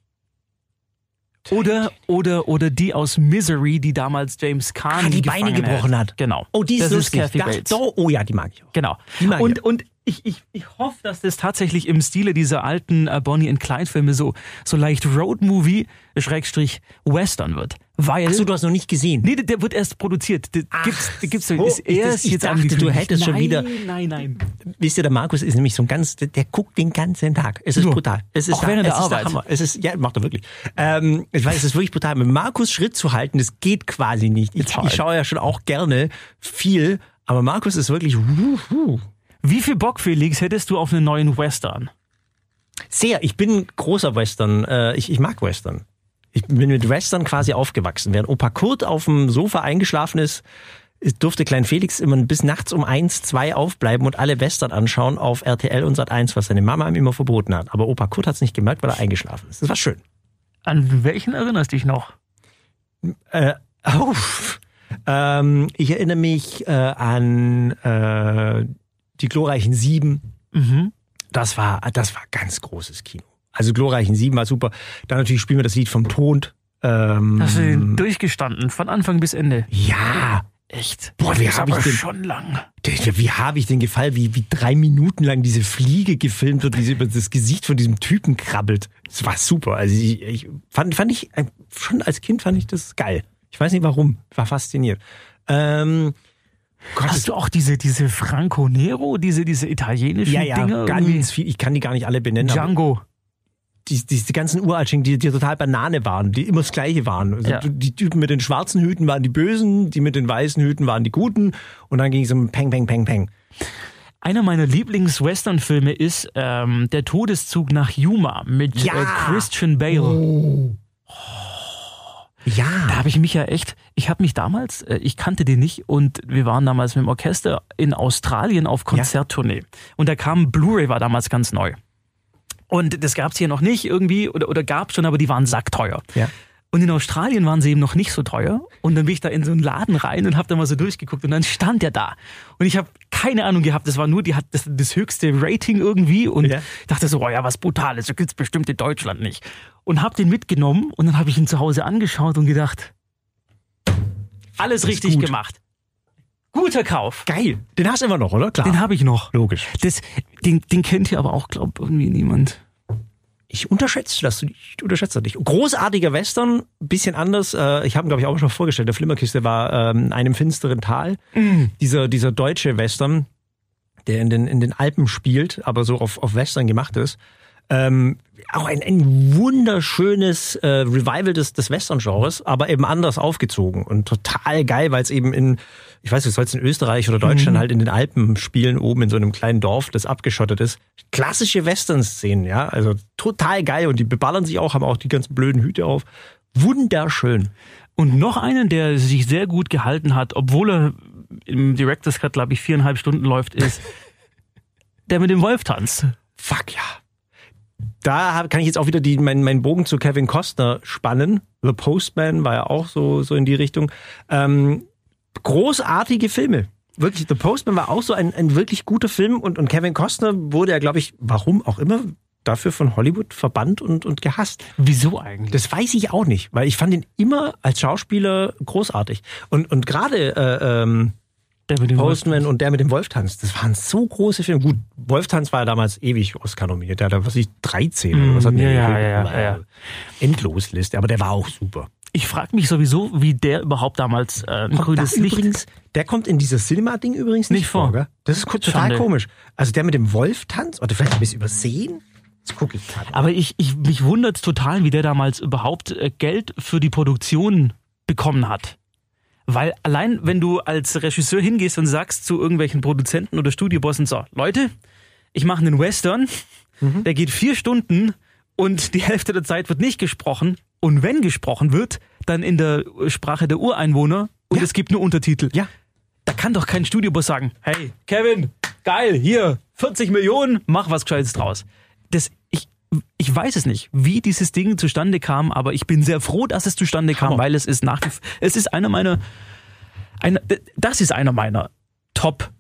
[SPEAKER 2] Oder, oder, oder die aus Misery, die damals James Caan
[SPEAKER 4] Ah, die Beine
[SPEAKER 2] gefangen
[SPEAKER 4] gebrochen hat.
[SPEAKER 2] Genau.
[SPEAKER 4] Oh, die ist
[SPEAKER 2] das
[SPEAKER 4] lustig.
[SPEAKER 2] Kathy
[SPEAKER 4] Da-
[SPEAKER 2] Bates.
[SPEAKER 4] doch, oh ja, die mag ich auch.
[SPEAKER 2] Genau.
[SPEAKER 4] Die mag ich
[SPEAKER 2] Und, und ich, ich, ich hoffe, dass das tatsächlich im Stile dieser alten äh, Bonnie and Clyde Filme so, so leicht Roadmovie, Schrägstrich, Western wird. Weil.
[SPEAKER 4] Achso, du hast noch nicht gesehen.
[SPEAKER 2] Nee, der- der wird erst produziert. Der
[SPEAKER 4] Ach
[SPEAKER 2] gibt's, der gibt's,
[SPEAKER 4] so,
[SPEAKER 2] ist
[SPEAKER 4] ich- das-
[SPEAKER 2] erst
[SPEAKER 4] ich
[SPEAKER 2] jetzt
[SPEAKER 4] dachte, du
[SPEAKER 2] angekündigt.
[SPEAKER 4] hättest schon
[SPEAKER 2] nein,
[SPEAKER 4] wieder-
[SPEAKER 2] Nein, nein.
[SPEAKER 4] Wisst ihr, der Markus ist nämlich so ein ganz, der, der guckt den ganzen Tag. Es ist
[SPEAKER 2] Ja.
[SPEAKER 4] brutal. Es ist
[SPEAKER 2] Auch während
[SPEAKER 4] es
[SPEAKER 2] der
[SPEAKER 4] ist
[SPEAKER 2] Arbeit.
[SPEAKER 4] Hammer. Es ist, ja, macht er wirklich. Ähm, ich weiß, es ist wirklich brutal. Mit Markus Schritt zu halten, das geht quasi nicht. Ich,
[SPEAKER 2] Total.
[SPEAKER 4] ich schaue ja schon auch gerne viel, aber Markus ist wirklich wuhu.
[SPEAKER 2] Wie viel Bock, Felix, hättest du auf einen neuen Western?
[SPEAKER 4] sehr. Ich bin großer Western. Äh, ich, ich mag Western. Ich bin mit Western quasi aufgewachsen. Während Opa Kurt auf dem Sofa eingeschlafen ist, ist- durfte Klein Felix immer bis nachts um eins, zwei aufbleiben und alle Western anschauen auf RTL und Sat 1, was seine Mama ihm immer verboten hat. Aber Opa Kurt hat es nicht gemerkt, weil er eingeschlafen ist. Das war schön.
[SPEAKER 2] An welchen erinnerst du dich noch?
[SPEAKER 4] Äh, oh, ähm, ich erinnere mich äh, an äh, die glorreichen Sieben. Das war, das war ganz großes Kino. Also glorreichen Sieben war super. Dann natürlich spielen wir das Lied vom Tod. Ähm,
[SPEAKER 2] Hast du den durchgestanden, von Anfang bis Ende?
[SPEAKER 4] ja,
[SPEAKER 2] Echt?
[SPEAKER 4] Boah, wie
[SPEAKER 2] Das ist
[SPEAKER 4] hab ich
[SPEAKER 2] aber
[SPEAKER 4] den-
[SPEAKER 2] schon lang.
[SPEAKER 4] Wie habe ich den gefallen, wie, wie drei Minuten lang diese Fliege gefilmt wird, wie sie über das Gesicht von diesem Typen krabbelt. Das war super. Also ich, ich fand, fand ich, äh, schon als Kind fand ich das geil. Ich weiß nicht warum. War fasziniert. Ähm, Gott,
[SPEAKER 2] Hast du auch diese, diese Franco Nero, diese, diese italienischen
[SPEAKER 4] ja, ja,
[SPEAKER 2] Dinge?
[SPEAKER 4] ganz viel. Ich kann die gar nicht alle benennen. aber-
[SPEAKER 2] Django.
[SPEAKER 4] die, die, die ganzen Uraltschinken, die, die total Banane waren, die immer das Gleiche waren. Also
[SPEAKER 2] Ja.
[SPEAKER 4] Die Typen mit den schwarzen Hüten waren die Bösen, die mit den weißen Hüten waren die Guten. Und dann ging es um Peng, Peng, Peng, Peng.
[SPEAKER 2] Einer meiner Lieblings-Western-Filme ist ähm, Der Todeszug nach Yuma mit
[SPEAKER 4] Ja. Oh,
[SPEAKER 2] äh, Christian Bale. Da
[SPEAKER 4] Ja.
[SPEAKER 2] habe ich mich ja echt, ich habe mich damals, äh, ich kannte den nicht und wir waren damals mit dem Orchester in Australien auf Konzerttournee. Und da kam Blu-ray war damals ganz neu. Und das gab es hier noch nicht irgendwie oder, oder gab schon, aber die waren sackteuer.
[SPEAKER 4] Ja.
[SPEAKER 2] Und in Australien waren sie eben noch nicht so teuer. Und dann bin ich da in so einen Laden rein und habe da mal so durchgeguckt und dann stand der da. Und ich habe keine Ahnung gehabt, das war nur, die hat das, das höchste Rating irgendwie und
[SPEAKER 4] Ja.
[SPEAKER 2] dachte so, oh ja, was Brutales, so gibt's bestimmt in Deutschland nicht. Und habe den mitgenommen und dann habe ich ihn zu Hause angeschaut und gedacht, alles richtig
[SPEAKER 4] gut.
[SPEAKER 2] gemacht. Guter Kauf.
[SPEAKER 4] Geil. Den hast du immer noch, oder? Klar.
[SPEAKER 2] Den habe ich noch.
[SPEAKER 4] Logisch.
[SPEAKER 2] Das, den, den kennt hier aber auch, glaube irgendwie niemand.
[SPEAKER 4] Ich unterschätze das nicht. Ich unterschätze das nicht. Großartiger Western, bisschen anders. Äh, ich habe ihn, glaube ich, auch schon vorgestellt. Der Flimmerkiste war ähm, in einem finsteren Tal. Dieser, dieser deutsche Western, der in den, in den Alpen spielt, aber so auf, auf Western gemacht ist. Ähm, auch ein, ein wunderschönes äh, Revival des, des Western-Genres, aber eben anders aufgezogen und total geil, weil es eben in, ich weiß nicht, soll es in Österreich oder Deutschland halt in den Alpen spielen, oben in so einem kleinen Dorf, das abgeschottet ist. Klassische Western-Szenen, ja, also total geil und die beballern sich auch, haben auch die ganzen blöden Hüte auf. Wunderschön.
[SPEAKER 2] Und noch einen, der sich sehr gut gehalten hat, obwohl er im Director's Cut, glaube ich, viereinhalb Stunden
[SPEAKER 4] (laughs)
[SPEAKER 2] läuft, ist der mit dem Wolftanz.
[SPEAKER 4] Fuck ja. Da hab, kann ich jetzt auch wieder die, meinen meinen Bogen zu Kevin Costner spannen. The Postman war ja auch so, so in die Richtung. Ähm, großartige Filme. Wirklich, The Postman war auch so ein, ein wirklich guter Film und, und Kevin Costner wurde ja, glaube ich, warum auch immer, dafür von Hollywood verbannt und, und gehasst.
[SPEAKER 2] Wieso eigentlich?
[SPEAKER 4] Das weiß ich auch nicht, weil ich fand ihn immer als Schauspieler großartig. Und, und gerade äh, ähm,
[SPEAKER 2] Der mit dem
[SPEAKER 4] Postman und der mit dem Wolftanz, das waren so große Filme. Gut, Wolftanz war ja damals ewig Oscar nominiert. Der hat, da, was weiß ich, 13 oder was hat
[SPEAKER 2] Mm,
[SPEAKER 4] der
[SPEAKER 2] ja, ja,
[SPEAKER 4] gekriegt?
[SPEAKER 2] ja,
[SPEAKER 4] War
[SPEAKER 2] ja.
[SPEAKER 4] Endlosliste, aber der war auch super.
[SPEAKER 2] Ich frage mich sowieso, wie der überhaupt damals äh, ein grünes
[SPEAKER 4] Da
[SPEAKER 2] Licht.
[SPEAKER 4] übrigens, der kommt in dieses Cinema-Ding übrigens nicht,
[SPEAKER 2] Nicht vor.
[SPEAKER 4] gell? Das ist total
[SPEAKER 2] Schande.
[SPEAKER 4] komisch. Also der mit dem Wolftanz, oder vielleicht habe ich es übersehen? Jetzt gucke ich gerade.
[SPEAKER 2] Aber ich, ich mich wundert total, wie der damals überhaupt äh, Geld für die Produktion bekommen hat. Weil allein, wenn du als Regisseur hingehst und sagst zu irgendwelchen Produzenten oder Studiobossen, so, Leute, ich mache einen Western, der geht vier Stunden und die Hälfte der Zeit wird nicht gesprochen. Und wenn gesprochen wird, dann in der Sprache der Ureinwohner und
[SPEAKER 4] Ja.
[SPEAKER 2] es gibt nur Untertitel.
[SPEAKER 4] Ja.
[SPEAKER 2] Da kann doch kein Studioboss sagen, hey, Kevin, geil, hier, 40 Millionen, mach was Gescheites draus. Das, ich, ich weiß es nicht, wie dieses Ding zustande kam, aber ich bin sehr froh, dass es zustande kam,
[SPEAKER 4] Hammer.
[SPEAKER 2] weil es ist nach wie f- es ist einer meiner, einer- das ist einer meiner Top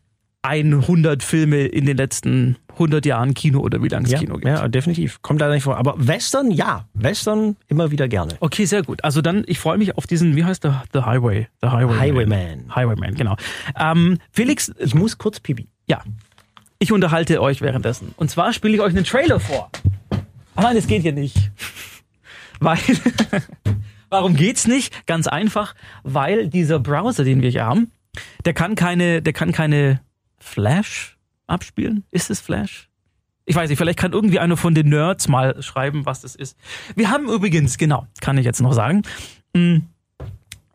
[SPEAKER 2] 100 Filme in den letzten 100 Jahren Kino oder wie lange es
[SPEAKER 4] Ja,
[SPEAKER 2] Kino gibt.
[SPEAKER 4] ja, definitiv. Kommt leider nicht vor. Aber Western, ja. Western immer wieder gerne.
[SPEAKER 2] Okay, sehr gut. Also dann, ich freue mich auf diesen, wie heißt der? The Highway. The Highwayman.
[SPEAKER 4] Highwayman.
[SPEAKER 2] Highwayman, genau. Ähm, Felix,
[SPEAKER 4] Ich muss kurz pipi.
[SPEAKER 2] Ja. Ich unterhalte euch währenddessen. Und zwar spiele ich euch einen Trailer vor. Ah nein, das geht hier nicht. (laughs) Weil. (laughs) Warum geht's nicht? Ganz einfach, weil dieser Browser, den wir hier haben, der kann keine, der kann keine Flash abspielen. Ist es Flash? Ich weiß nicht, vielleicht kann irgendwie einer von den Nerds mal schreiben, was das ist. Wir haben übrigens, genau, kann ich jetzt noch sagen,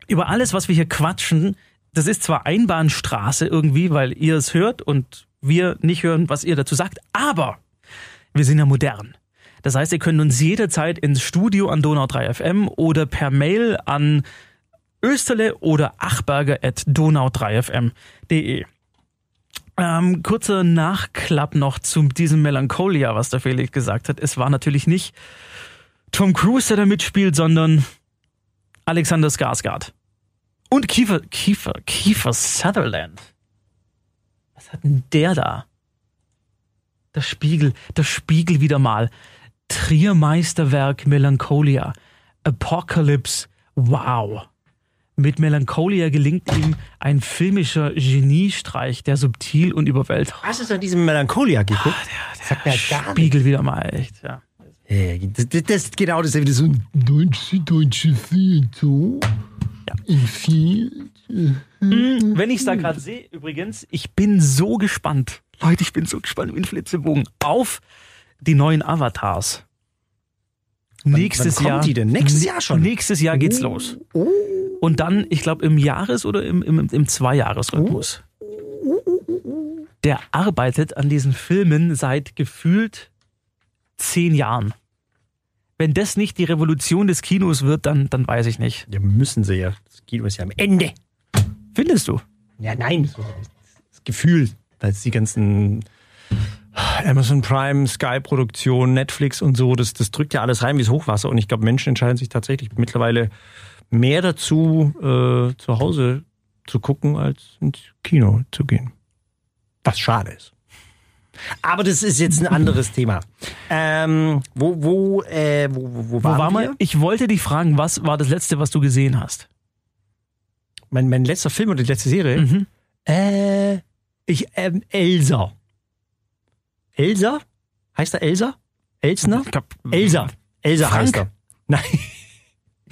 [SPEAKER 2] über alles, was wir hier quatschen, das ist zwar Einbahnstraße irgendwie, weil ihr es hört und wir nicht hören, was ihr dazu sagt, aber wir sind ja modern. Das heißt, ihr könnt uns jederzeit ins Studio an Donau 3 FM oder per Mail an österle oder achberger.donau3fm.de. E. Ähm, kurzer Nachklapp noch zu diesem Melancholia, was der Felix gesagt hat. Es war natürlich nicht Tom Cruise, der da mitspielt, sondern Alexander Skarsgård. Und Kiefer, Kiefer, Kiefer Sutherland. Was hat denn der da? Der Spiegel, der Spiegel wieder mal. Triermeisterwerk Melancholia. Apocalypse. Wow. Mit Melancholia gelingt ihm ein filmischer Geniestreich, der subtil und überwältigt.
[SPEAKER 4] Hast du es an diesem Melancholia geguckt?
[SPEAKER 2] Ah,
[SPEAKER 4] Sagt mir halt gar nichts.
[SPEAKER 2] Spiegel wieder mal echt, ja.
[SPEAKER 4] Äh, Das, das, das ist genau das ist wieder so ein deutsche, deutsche Film, so. Ein Film.
[SPEAKER 2] Wenn ich es
[SPEAKER 4] Hm.
[SPEAKER 2] da gerade sehe, übrigens, ich bin so gespannt. Leute, ich bin so gespannt wie ein Flitzebogen auf die neuen Avatars. nächstes
[SPEAKER 4] wann kommt
[SPEAKER 2] Jahr.
[SPEAKER 4] die denn? Nächstes Jahr Hm? schon? Oh.
[SPEAKER 2] Nächstes Jahr geht's los. Und dann, ich glaube, im Jahres- oder im, im, im Zweijahresrhythmus.
[SPEAKER 4] Oh.
[SPEAKER 2] Der arbeitet an diesen Filmen seit gefühlt zehn Jahren. Wenn das nicht die Revolution des Kinos wird, dann, dann weiß ich nicht.
[SPEAKER 4] Ja, müssen sie ja. Das Kino ist ja am Ende.
[SPEAKER 2] Findest du?
[SPEAKER 4] Ja, nein. so Das Gefühl, dass die ganzen Amazon Prime, Sky-Produktion, Netflix und so, das, das drückt ja alles rein wie das Hochwasser. Und ich glaube, Menschen entscheiden sich tatsächlich mittlerweile mehr dazu, äh, zu Hause zu gucken, als ins Kino zu gehen. Was schade ist. Aber das ist jetzt ein anderes Thema. Ähm, wo, wo, äh, wo, wo, wo
[SPEAKER 2] Wo
[SPEAKER 4] waren
[SPEAKER 2] war
[SPEAKER 4] wir?
[SPEAKER 2] man? Ich wollte dich fragen, was war das letzte, was du gesehen hast?
[SPEAKER 4] Mein, mein letzter Film oder die letzte Serie?
[SPEAKER 2] Mhm.
[SPEAKER 4] Äh, ich, ähm, Elsa. Elsa? Heißt er Elsa? Elsner?
[SPEAKER 2] Ich hab,
[SPEAKER 4] Elsa. Elsa
[SPEAKER 2] Frank?
[SPEAKER 4] heißt er. Nein. (laughs)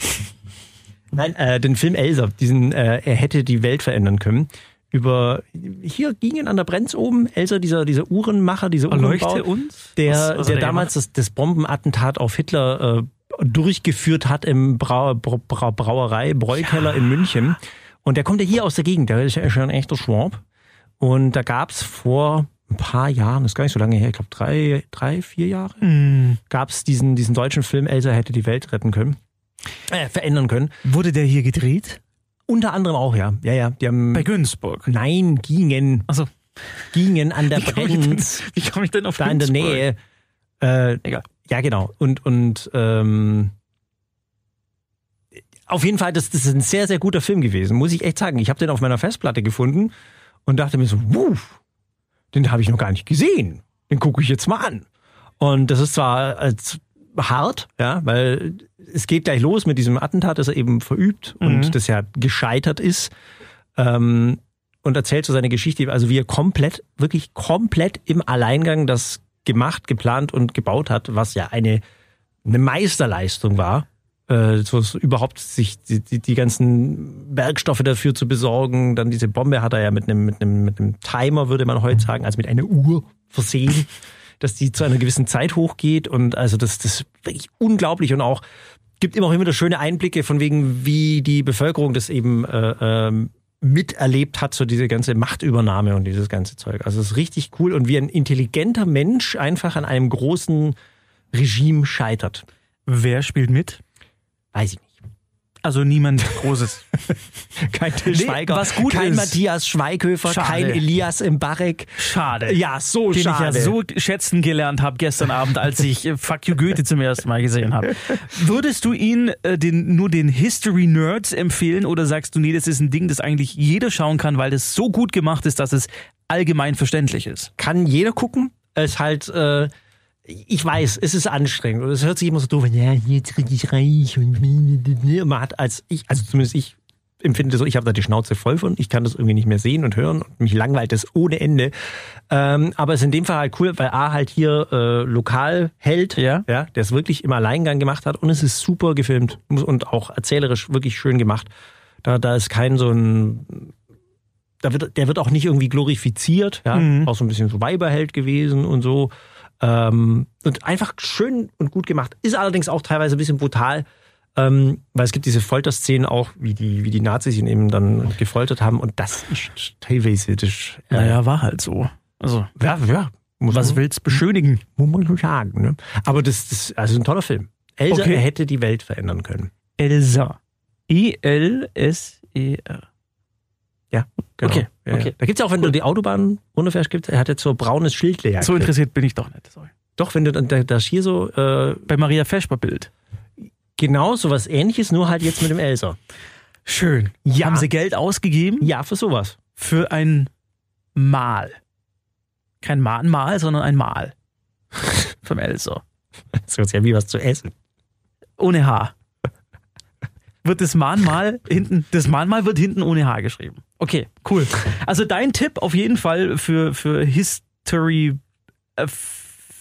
[SPEAKER 4] Nein, äh, den Film Elsa, diesen, äh, er hätte die Welt verändern können. Über, hier gingen an der Brenz oben Elsa, dieser, dieser Uhrenmacher, dieser Uhrenbauer,
[SPEAKER 2] Erleuchte uns?
[SPEAKER 4] der, der
[SPEAKER 2] hat er
[SPEAKER 4] damals das, das Bombenattentat auf Hitler äh, durchgeführt hat im Brau Bra Bra Brauerei, Bräukeller in München. Und der kommt ja hier aus der Gegend, der ist ja schon ein echter Schwab. Und da gab's vor ein paar Jahren, das ist gar nicht so lange her, ich glaube drei, drei, vier Jahre, gab's diesen, diesen deutschen Film Elsa hätte die Welt retten können, äh, verändern können.
[SPEAKER 2] gemacht? Wurde der hier gedreht?
[SPEAKER 4] Unter anderem auch, ja. Ja, ja, die haben...
[SPEAKER 2] Bei Günzburg.
[SPEAKER 4] Nein, gingen,
[SPEAKER 2] Achso,
[SPEAKER 4] gingen an der
[SPEAKER 2] wie komme ich, denn-
[SPEAKER 4] Brenz.
[SPEAKER 2] wie komm ich denn auf
[SPEAKER 4] da in der
[SPEAKER 2] Günzburg?
[SPEAKER 4] Nähe. Äh,
[SPEAKER 2] Egal.
[SPEAKER 4] Ja, genau. Und, und ähm, auf jeden Fall, das, das ist ein sehr, sehr guter Film gewesen, muss ich echt sagen. Ich habe den auf meiner Festplatte gefunden und dachte mir so, wuff, den habe ich noch gar nicht gesehen. Den gucke ich jetzt mal an. Und das ist zwar als hart, ja, weil es geht gleich los mit diesem Attentat, das er eben verübt und das ja gescheitert ist. Ähm, und erzählt so seine Geschichte, also wie er komplett, wirklich komplett im Alleingang das gemacht, geplant und gebaut hat, was ja eine, eine Meisterleistung war. Äh, so es überhaupt sich die, die, die ganzen Werkstoffe dafür zu besorgen. Dann diese Bombe hat er ja mit einem, mit einem, mit einem Timer, würde man heute sagen, also mit einer Uhr versehen, dass die zu einer gewissen Zeit hochgeht. Und also das, das ist wirklich unglaublich und auch gibt immer auch immer wieder schöne Einblicke von wegen, wie die Bevölkerung das eben äh, ähm, miterlebt hat, so diese ganze Machtübernahme und dieses ganze Zeug. Also es ist richtig cool und wie ein intelligenter Mensch einfach an einem großen Regime scheitert.
[SPEAKER 2] Wer spielt mit?
[SPEAKER 4] Weiß ich nicht.
[SPEAKER 2] Also niemand
[SPEAKER 4] (laughs)
[SPEAKER 2] Großes.
[SPEAKER 4] Kein Till
[SPEAKER 2] Nee,
[SPEAKER 4] Schweiger,
[SPEAKER 2] was gut
[SPEAKER 4] kein
[SPEAKER 2] ist.
[SPEAKER 4] Matthias Schweighöfer,
[SPEAKER 2] Schade.
[SPEAKER 4] kein Elias Mbarek.
[SPEAKER 2] Schade.
[SPEAKER 4] Ja, so
[SPEAKER 2] den
[SPEAKER 4] schade.
[SPEAKER 2] ich ja so schätzen gelernt habe gestern Abend, als ich äh, Fuck You Goethe zum ersten Mal gesehen habe. Würdest du ihn äh, den, nur den History Nerds empfehlen oder sagst du, nee, das ist ein Ding, das eigentlich jeder schauen kann, weil das so gut gemacht ist, dass es allgemein verständlich ist?
[SPEAKER 4] kann jeder gucken. Es ist halt, äh, ich weiß, es ist anstrengend und es hört sich immer so doof an, ja, jetzt krieg ich reich und man hat als ich, also zumindest ich empfinde so, ich habe da die Schnauze voll von, ich kann das irgendwie nicht mehr sehen und hören und mich langweilt das ohne Ende. Ähm, aber es ist in dem Fall halt cool, weil A halt hier äh, lokal hält,
[SPEAKER 2] Ja.
[SPEAKER 4] ja, der es wirklich im Alleingang gemacht hat und es ist super gefilmt muss- und auch erzählerisch wirklich schön gemacht. Da, da ist kein so ein da wird, der wird auch nicht irgendwie glorifiziert, ja,
[SPEAKER 2] Mhm.
[SPEAKER 4] auch so ein bisschen so Weiberheld gewesen und so. Ähm, und einfach schön und gut gemacht. Ist allerdings auch teilweise ein bisschen brutal, ähm, weil es gibt diese Folterszenen auch, wie die, wie die Nazis ihn eben dann gefoltert haben. Und das ist teilweise, das, ist, äh,
[SPEAKER 2] Naja, war halt so. Also,
[SPEAKER 4] ja, ja, muss
[SPEAKER 2] was
[SPEAKER 4] man,
[SPEAKER 2] willst beschönigen?
[SPEAKER 4] muss man so sagen. Ne? Aber das, das also ein toller Film. Elsa
[SPEAKER 2] Okay.
[SPEAKER 4] hätte die Welt verändern können.
[SPEAKER 2] Elsa. E-L-S-E-R. Okay,
[SPEAKER 4] Genau. Ja,
[SPEAKER 2] okay.
[SPEAKER 4] Ja. Da gibt's ja auch, wenn du die Autobahn runterfährst, gibt's, er hat jetzt so braunes Schild leer.
[SPEAKER 2] So
[SPEAKER 4] gekriegt.
[SPEAKER 2] interessiert bin ich doch nicht. Sorry.
[SPEAKER 4] Doch, wenn du dann da- das hier so äh,
[SPEAKER 2] Bei Maria Feschbar Bild.
[SPEAKER 4] Genau, sowas ähnliches, nur halt jetzt mit dem Elsa.
[SPEAKER 2] Schön.
[SPEAKER 4] Ja.
[SPEAKER 2] Haben sie Geld ausgegeben?
[SPEAKER 4] Ja, für sowas. (laughs)
[SPEAKER 2] für ein Mal. Kein Mal, Mal, sondern
[SPEAKER 4] (laughs)
[SPEAKER 2] ein Mal. Vom Elser.
[SPEAKER 4] Das ist ja wie was zu essen.
[SPEAKER 2] Ohne Haar. wird das Mahnmal hinten, das Mahnmal wird hinten ohne H geschrieben. Okay, cool. Also dein Tipp auf jeden Fall für, für History.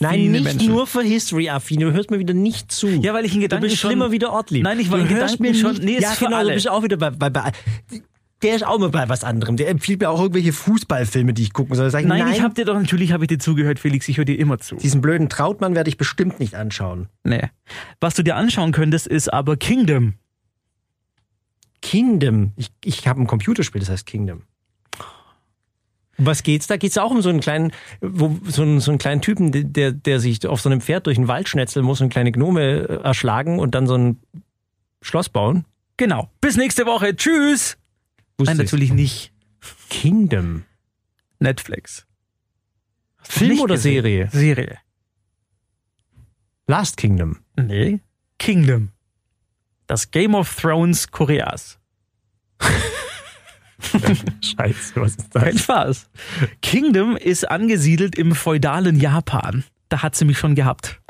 [SPEAKER 4] Nein, nicht
[SPEAKER 2] Menschen.
[SPEAKER 4] nur für History-affin. Du hörst mir wieder nicht zu.
[SPEAKER 2] Ja, weil ich in
[SPEAKER 4] du
[SPEAKER 2] Gedanken
[SPEAKER 4] bist
[SPEAKER 2] schon-
[SPEAKER 4] schlimmer wie der Ortlieb.
[SPEAKER 2] Nein, ich war
[SPEAKER 4] du
[SPEAKER 2] in
[SPEAKER 4] hörst
[SPEAKER 2] Gedanken
[SPEAKER 4] mir
[SPEAKER 2] schon-
[SPEAKER 4] nicht.
[SPEAKER 2] nee, ist
[SPEAKER 4] ja,
[SPEAKER 2] für
[SPEAKER 4] genau,
[SPEAKER 2] alle.
[SPEAKER 4] du bist auch wieder bei, bei, bei. Der ist auch mal bei was anderem. Der empfiehlt mir auch irgendwelche Fußballfilme, die ich gucken soll. Da Sag ich,
[SPEAKER 2] Nein,
[SPEAKER 4] nein,
[SPEAKER 2] ich hab dir doch natürlich habe ich dir zugehört, Felix. Ich höre dir immer zu.
[SPEAKER 4] diesen blöden Trautmann werde ich bestimmt nicht anschauen.
[SPEAKER 2] Nee. Was du dir anschauen könntest, ist aber Kingdom.
[SPEAKER 4] Kingdom. Ich, ich habe ein Computerspiel, das heißt Kingdom. Um was geht's da? Geht's auch um so einen kleinen, wo, so, einen, so einen kleinen Typen, der, der sich auf so einem Pferd durch den Wald schnetzeln muss und kleine Gnome äh, erschlagen und dann so ein Schloss bauen?
[SPEAKER 2] Genau. Bis nächste Woche. Tschüss.
[SPEAKER 4] Wusste
[SPEAKER 2] Nein,
[SPEAKER 4] ich's.
[SPEAKER 2] natürlich nicht.
[SPEAKER 4] Kingdom.
[SPEAKER 2] Netflix. Hast du
[SPEAKER 4] Film
[SPEAKER 2] nicht
[SPEAKER 4] oder
[SPEAKER 2] gesehen?
[SPEAKER 4] Serie?
[SPEAKER 2] Serie.
[SPEAKER 4] Last Kingdom.
[SPEAKER 2] Nee. Kingdom. Das Game of Thrones Koreas.
[SPEAKER 4] Scheiße, was ist
[SPEAKER 2] Kein Spaß. Kingdom ist angesiedelt im feudalen Japan. Da hat sie mich schon gehabt.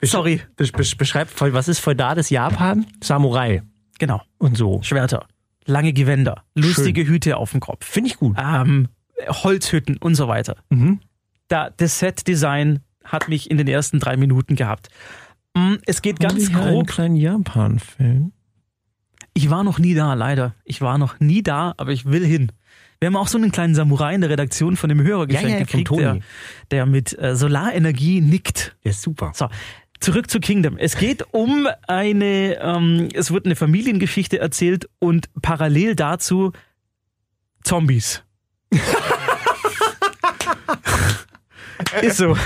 [SPEAKER 2] Sorry.
[SPEAKER 4] Besch besch beschreib, voll- was ist feudales Japan? Samurai
[SPEAKER 2] Genau.
[SPEAKER 4] und so.
[SPEAKER 2] Schwerter. Lange Gewänder. Lustige Hüte auf dem Kopf.
[SPEAKER 4] Finde ich gut.
[SPEAKER 2] ähm, Holzhütten und so weiter.
[SPEAKER 4] Mhm.
[SPEAKER 2] Da, das Set-Design hat mich in den ersten drei Minuten gehabt. Mm, Es geht ganz grob.
[SPEAKER 4] kleinen Japan-Film.
[SPEAKER 2] Ich war noch nie da, leider. Ich war noch nie da, aber ich will hin. Wir haben auch so einen kleinen Samurai in der Redaktion von dem Hörer
[SPEAKER 4] Ja,
[SPEAKER 2] geschenkt
[SPEAKER 4] ja, vom
[SPEAKER 2] gekriegt,
[SPEAKER 4] Toni.
[SPEAKER 2] der, der mit äh, Solarenergie nickt.
[SPEAKER 4] Der ist super.
[SPEAKER 2] So, zurück zu Kingdom. Es geht um eine, ähm, es wird eine Familiengeschichte erzählt und parallel dazu
[SPEAKER 4] (laughs)
[SPEAKER 2] Zombies. ist so.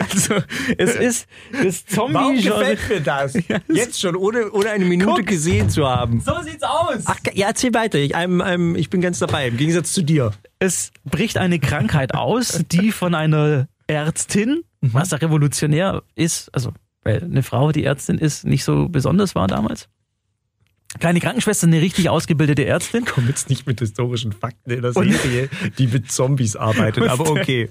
[SPEAKER 2] Also, es ist das
[SPEAKER 4] Warum
[SPEAKER 2] Zombie-Genre.
[SPEAKER 4] gefällt mir das? Jetzt schon, ohne, ohne eine Minute
[SPEAKER 2] Guck.
[SPEAKER 4] gesehen zu haben.
[SPEAKER 2] So sieht's aus.
[SPEAKER 4] Ach, ja, erzähl weiter. Ich, I'm, I'm, ich bin ganz dabei, im Gegensatz zu dir.
[SPEAKER 2] es bricht eine Krankheit aus, die von einer Ärztin, was ja revolutionär ist, also weil eine Frau, die Ärztin ist, nicht so besonders war damals. Keine Krankenschwester, eine richtig ausgebildete Ärztin.
[SPEAKER 4] Komm jetzt nicht mit historischen Fakten in der Serie, die mit Zombies arbeitet,
[SPEAKER 2] Und-
[SPEAKER 4] aber okay.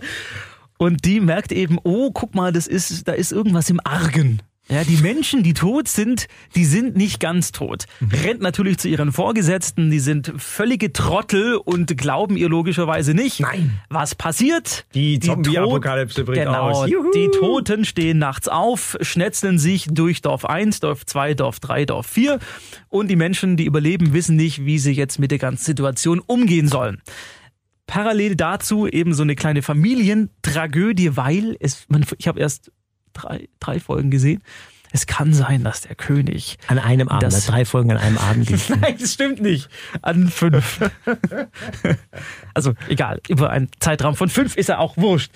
[SPEAKER 2] Und die merkt eben, oh, guck mal, das ist, da ist irgendwas im Argen. Ja, die Menschen, die tot sind, die sind nicht ganz tot.
[SPEAKER 4] Mhm.
[SPEAKER 2] Rennt natürlich zu ihren Vorgesetzten, die sind völlige Trottel und glauben ihr logischerweise nicht.
[SPEAKER 4] Nein.
[SPEAKER 2] Was passiert?
[SPEAKER 4] Die
[SPEAKER 2] Tot-
[SPEAKER 4] Zombie-Apokalypse bricht
[SPEAKER 2] genau,
[SPEAKER 4] aus. Juhu.
[SPEAKER 2] Die Toten stehen nachts auf, schnetzeln sich durch Dorf 1, Dorf 2, Dorf 3, Dorf 4 und die Menschen, die überleben, wissen nicht, wie sie jetzt mit der ganzen Situation umgehen sollen parallel dazu eben so eine kleine Familientragödie, weil es, man, ich habe erst drei, drei Folgen gesehen. Es kann sein, dass der König. (laughs)
[SPEAKER 4] An einem Abend,
[SPEAKER 2] Das-
[SPEAKER 4] drei Folgen an einem Abend. lief.
[SPEAKER 2] Nein, das stimmt nicht. An fünf. (laughs) also egal, über einen Zeitraum von fünf ist er auch wurscht.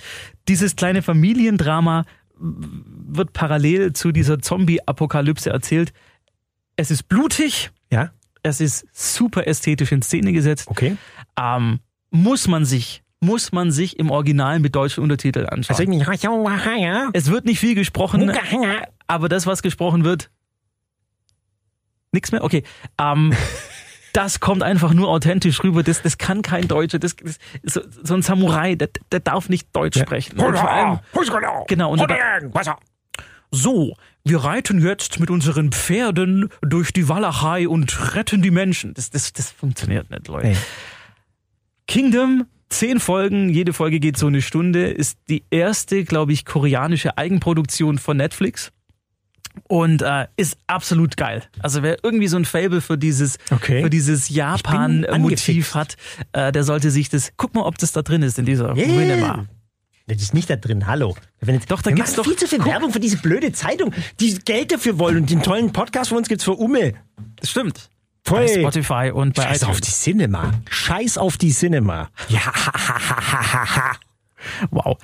[SPEAKER 2] Dieses kleine Familiendrama wird parallel zu dieser Zombie-Apokalypse erzählt. Es ist blutig,
[SPEAKER 4] ja,
[SPEAKER 2] es ist super ästhetisch in Szene gesetzt
[SPEAKER 4] okay.
[SPEAKER 2] ähm, muss man sich, muss man sich im Original mit deutschen Untertiteln anschauen.
[SPEAKER 4] Also irgendwie- ja.
[SPEAKER 2] es wird nicht viel gesprochen, aber das, was gesprochen wird, nix mehr? Okay. Ähm, das kommt einfach nur authentisch rüber. Das, das kann kein Deutscher. Das, das, so, so ein Samurai, der, der darf nicht Deutsch sprechen. Und vor allem, Genau, und-
[SPEAKER 4] Wasser.
[SPEAKER 2] so, wir reiten jetzt mit unseren Pferden durch die Walachei und retten die Menschen. Das, das, das funktioniert nicht, Leute.
[SPEAKER 4] Nee.
[SPEAKER 2] Kingdom, zehn Folgen, jede Folge geht so eine Stunde, ist die erste, glaube ich, koreanische Eigenproduktion von Netflix. Und äh, ist absolut geil. Also wer irgendwie so ein Fable für dieses,
[SPEAKER 4] Okay.
[SPEAKER 2] für dieses Japan-Motiv
[SPEAKER 4] angefixt.
[SPEAKER 2] hat, äh, der sollte sich das. Guck mal, ob das da drin ist in dieser
[SPEAKER 4] Yeah.
[SPEAKER 2] Minima.
[SPEAKER 4] Das ist nicht da drin, hallo. Wenn jetzt,
[SPEAKER 2] Doch, da
[SPEAKER 4] wir
[SPEAKER 2] gibt's
[SPEAKER 4] machen
[SPEAKER 2] doch-
[SPEAKER 4] viel zu viel Werbung für diese blöde Zeitung, die Geld dafür wollen und den tollen Podcast von uns gibt's für Umme.
[SPEAKER 2] Das stimmt. Bei
[SPEAKER 4] Voll.
[SPEAKER 2] Spotify und bei
[SPEAKER 4] Scheiß auf
[SPEAKER 2] iTunes.
[SPEAKER 4] die Cinema. Scheiß auf die Cinema. Ja,
[SPEAKER 2] Wow.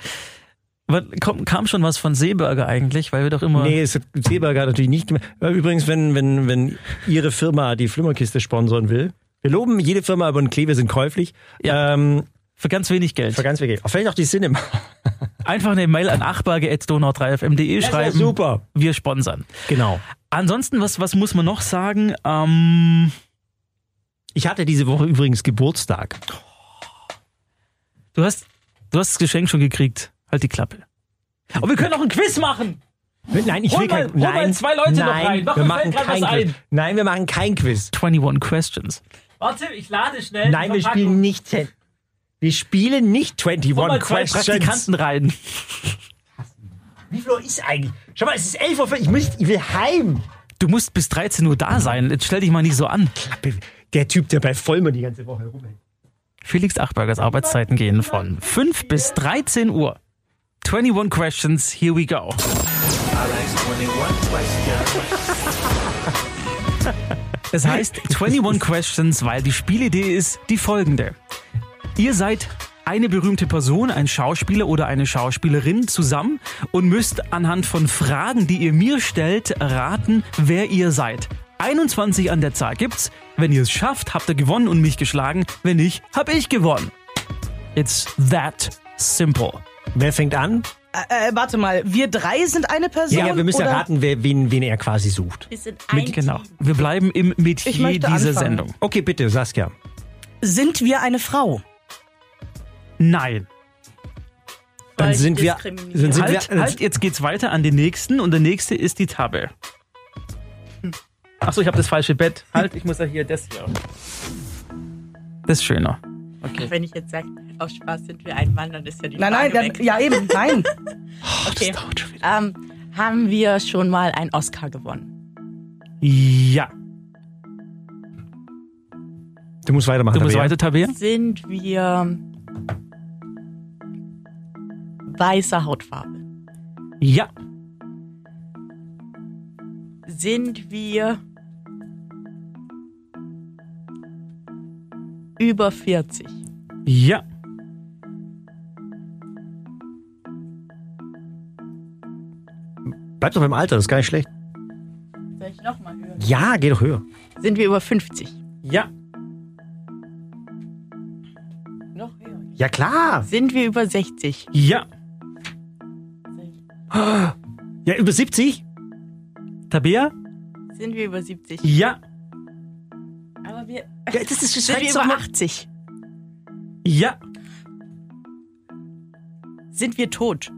[SPEAKER 2] Was- Kom, kam schon was von Seeberger eigentlich, weil wir doch immer.
[SPEAKER 4] Nee, es hat Seeberger natürlich nicht gemacht. Übrigens, wenn, wenn, wenn Ihre Firma die Flimmerkiste sponsern will, wir loben jede Firma über den Klee, wir sind käuflich. Ähm,
[SPEAKER 2] Für ganz wenig Geld.
[SPEAKER 4] für ganz wirklich. Vielleicht auch die Cinema.
[SPEAKER 2] Einfach eine Mail an achbarge.donau3fm.de
[SPEAKER 4] Das wär
[SPEAKER 2] E schreiben.
[SPEAKER 4] super.
[SPEAKER 2] Wir sponsern.
[SPEAKER 4] Genau.
[SPEAKER 2] Ansonsten, was, was muss man noch sagen? Ähm,
[SPEAKER 4] Ich hatte diese Woche übrigens Geburtstag.
[SPEAKER 2] Oh, du, hast, du hast das Geschenk schon gekriegt. Halt die Klappe. Aber wir können auch ein Quiz machen!
[SPEAKER 4] Nein, ich
[SPEAKER 2] Hol
[SPEAKER 4] will
[SPEAKER 2] mal-
[SPEAKER 4] kein,
[SPEAKER 2] hol mal
[SPEAKER 4] nein,
[SPEAKER 2] zwei Leute noch
[SPEAKER 4] nein,
[SPEAKER 2] rein. Mach
[SPEAKER 4] wir
[SPEAKER 2] mir
[SPEAKER 4] machen
[SPEAKER 2] fällt grad
[SPEAKER 4] kein
[SPEAKER 2] was
[SPEAKER 4] Quiz.
[SPEAKER 2] ein.
[SPEAKER 4] Nein, wir machen kein Quiz.
[SPEAKER 2] 21 Questions. Warte, ich lade schnell.
[SPEAKER 4] Nein, wir spielen nicht. Ten- Wir spielen nicht 21
[SPEAKER 2] Hol mal zwei
[SPEAKER 4] Questions.
[SPEAKER 2] Praktikanten rein.
[SPEAKER 4] Wie viel Uhr ist eigentlich? Schau mal, es ist 11 Uhr. Ich, muss, ich will heim.
[SPEAKER 2] Du musst bis 13 Uhr da sein. Jetzt stell dich mal nicht so an.
[SPEAKER 4] Der Typ, der bei Vollmer die ganze Woche rumhängt.
[SPEAKER 2] Felix Achbergers Arbeitszeiten gehen von 5 bis 13 Uhr. 21 Questions, here we go. Es heißt 21 Questions, weil die Spielidee ist die folgende. Ihr seid eine berühmte Person, ein Schauspieler oder eine Schauspielerin zusammen und müsst anhand von Fragen, die ihr mir stellt, raten, wer ihr seid. 21 an der Zahl gibt's. Wenn ihr es schafft, habt ihr gewonnen und mich geschlagen. Wenn nicht, hab ich gewonnen. It's that simple.
[SPEAKER 4] Wer fängt an?
[SPEAKER 1] Äh, warte mal, wir drei sind eine Person?
[SPEAKER 4] Ja, wir müssen
[SPEAKER 1] oder?
[SPEAKER 4] ja raten, wer, wen, wen er quasi sucht.
[SPEAKER 5] Wir sind ein
[SPEAKER 2] Genau.
[SPEAKER 5] Team.
[SPEAKER 2] Wir bleiben im Metier
[SPEAKER 1] Ich möchte
[SPEAKER 2] dieser
[SPEAKER 1] anfangen.
[SPEAKER 2] Sendung.
[SPEAKER 4] Okay, bitte, Saskia.
[SPEAKER 1] Sind wir eine Frau?
[SPEAKER 2] Nein.
[SPEAKER 4] Dann
[SPEAKER 5] Voll
[SPEAKER 4] sind wir.
[SPEAKER 5] diskriminierend.
[SPEAKER 4] Dann sind
[SPEAKER 2] Halt,
[SPEAKER 4] wir
[SPEAKER 2] halt, jetzt geht's weiter an den nächsten und der nächste ist die Tabelle. Achso, ich habe das falsche Bett. Halt, ich muss ja hier das hier. Das ist schöner.
[SPEAKER 5] Wenn ich jetzt sage, aus Spaß sind wir ein Mann, dann ist ja die
[SPEAKER 1] Nein, nein,
[SPEAKER 5] Frage
[SPEAKER 1] dann,
[SPEAKER 5] weg.
[SPEAKER 1] ja eben, nein.
[SPEAKER 5] okay. ähm, haben wir schon mal einen Oscar gewonnen?
[SPEAKER 2] Ja.
[SPEAKER 4] Du musst weitermachen.
[SPEAKER 2] Du musst
[SPEAKER 4] Tabea.
[SPEAKER 2] weiter, Tabea?
[SPEAKER 5] Sind wir weißer Hautfarbe?
[SPEAKER 2] Ja.
[SPEAKER 5] Sind wir über 40?
[SPEAKER 2] Ja.
[SPEAKER 4] Bleib doch beim Alter, das ist gar nicht schlecht.
[SPEAKER 5] Soll ich nochmal hören?
[SPEAKER 4] Ja, geh doch höher.
[SPEAKER 5] Sind wir über 50?
[SPEAKER 2] Ja.
[SPEAKER 5] Noch höher.
[SPEAKER 4] Ja, klar.
[SPEAKER 5] Sind wir über 60?
[SPEAKER 2] Ja.
[SPEAKER 4] Ja, über 70?
[SPEAKER 2] Tabea?
[SPEAKER 5] Sind wir über 70?
[SPEAKER 2] Ja.
[SPEAKER 5] Aber wir
[SPEAKER 4] Ja, das ist
[SPEAKER 5] sind wir
[SPEAKER 4] schreck's doch
[SPEAKER 5] über
[SPEAKER 4] mal-
[SPEAKER 5] 80?
[SPEAKER 2] Ja.
[SPEAKER 5] Sind wir tot?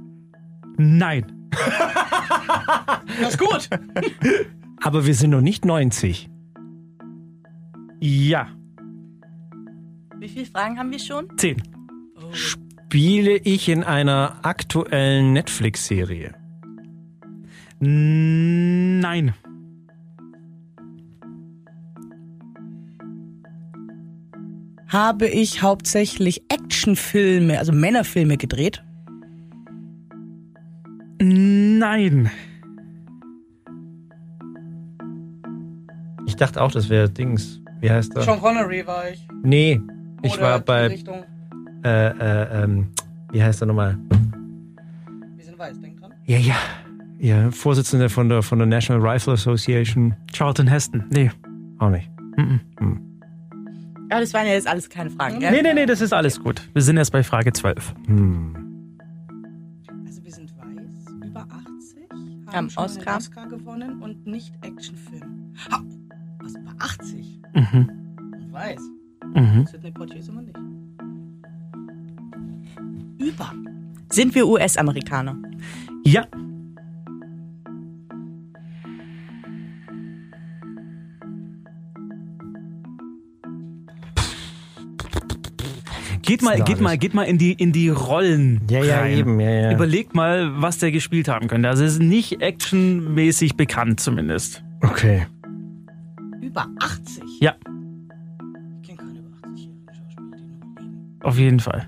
[SPEAKER 2] Nein.
[SPEAKER 5] Das ist gut.
[SPEAKER 4] Aber wir sind noch nicht 90.
[SPEAKER 2] Ja.
[SPEAKER 5] Wie viele Fragen haben wir schon?
[SPEAKER 2] Zehn.
[SPEAKER 4] Spiele ich in einer aktuellen Netflix-Serie?
[SPEAKER 2] Nein.
[SPEAKER 1] Habe ich hauptsächlich Actionfilme, also Männerfilme gedreht?
[SPEAKER 2] Nein.
[SPEAKER 4] Ich dachte auch, das wäre Dings. Wie heißt er?
[SPEAKER 1] Connery war ich.
[SPEAKER 4] Nee, ich war bei. Äh, äh, ähm, wie heißt er nochmal?
[SPEAKER 1] Wir sind weiß, denk dran.
[SPEAKER 4] Ja, ja. Ja, Vorsitzender von der, von der National Rifle Association.
[SPEAKER 2] Charlton Heston. Nee.
[SPEAKER 4] Auch nicht.
[SPEAKER 5] Ja, das waren ja jetzt alles keine Fragen, gell?
[SPEAKER 2] Nee, nee, nee, das ist alles gut. Wir sind erst bei Frage 12.
[SPEAKER 4] Hm.
[SPEAKER 1] Also wir sind weiß, über 80, haben
[SPEAKER 5] Am schon einen Oscar.
[SPEAKER 1] gewonnen und nicht Actionfilm. Ha, was, über 80?
[SPEAKER 2] Mhm.
[SPEAKER 1] Und weiß.
[SPEAKER 2] Mhm.
[SPEAKER 1] Sidney Poitier sind wir nicht. Über.
[SPEAKER 5] Sind wir US-Amerikaner?
[SPEAKER 2] Ja. Geht mal,
[SPEAKER 4] Ist
[SPEAKER 2] geht
[SPEAKER 4] alles.
[SPEAKER 2] mal, geht mal in die, in die Rollen.
[SPEAKER 4] Ja, ja,
[SPEAKER 2] rein.
[SPEAKER 4] eben. Ja, ja.
[SPEAKER 2] Überlegt mal, was der gespielt haben könnte. Also es ist nicht actionmäßig bekannt zumindest.
[SPEAKER 4] okay.
[SPEAKER 1] Über 80?
[SPEAKER 2] Ja.
[SPEAKER 1] Ich kenne keine über 80-jährigen Schauspieler, die noch leben.
[SPEAKER 2] Auf jeden Fall.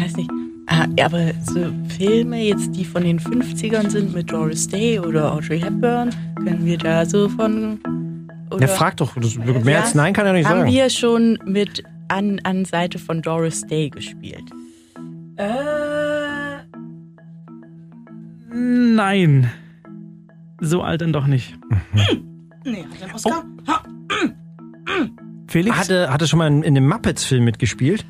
[SPEAKER 5] Weiß nicht. Ah, ja, aber so Filme jetzt, die von den 50ern sind mit Doris Day oder Audrey Hepburn, können wir da so von...
[SPEAKER 4] Ja,
[SPEAKER 5] Oder
[SPEAKER 4] frag doch. Das, mehr
[SPEAKER 5] Ja.
[SPEAKER 4] als Nein kann er nicht
[SPEAKER 5] haben
[SPEAKER 4] sagen.
[SPEAKER 5] wir schon mit an, an Seite von Doris Day gespielt?
[SPEAKER 2] Nein. So alt dann doch nicht.
[SPEAKER 1] Nee, hat er einen Oscar?
[SPEAKER 4] Oh.
[SPEAKER 1] Ha,
[SPEAKER 2] Felix?
[SPEAKER 4] Hatte, hatte schon mal in, in einem Muppets-Film mitgespielt?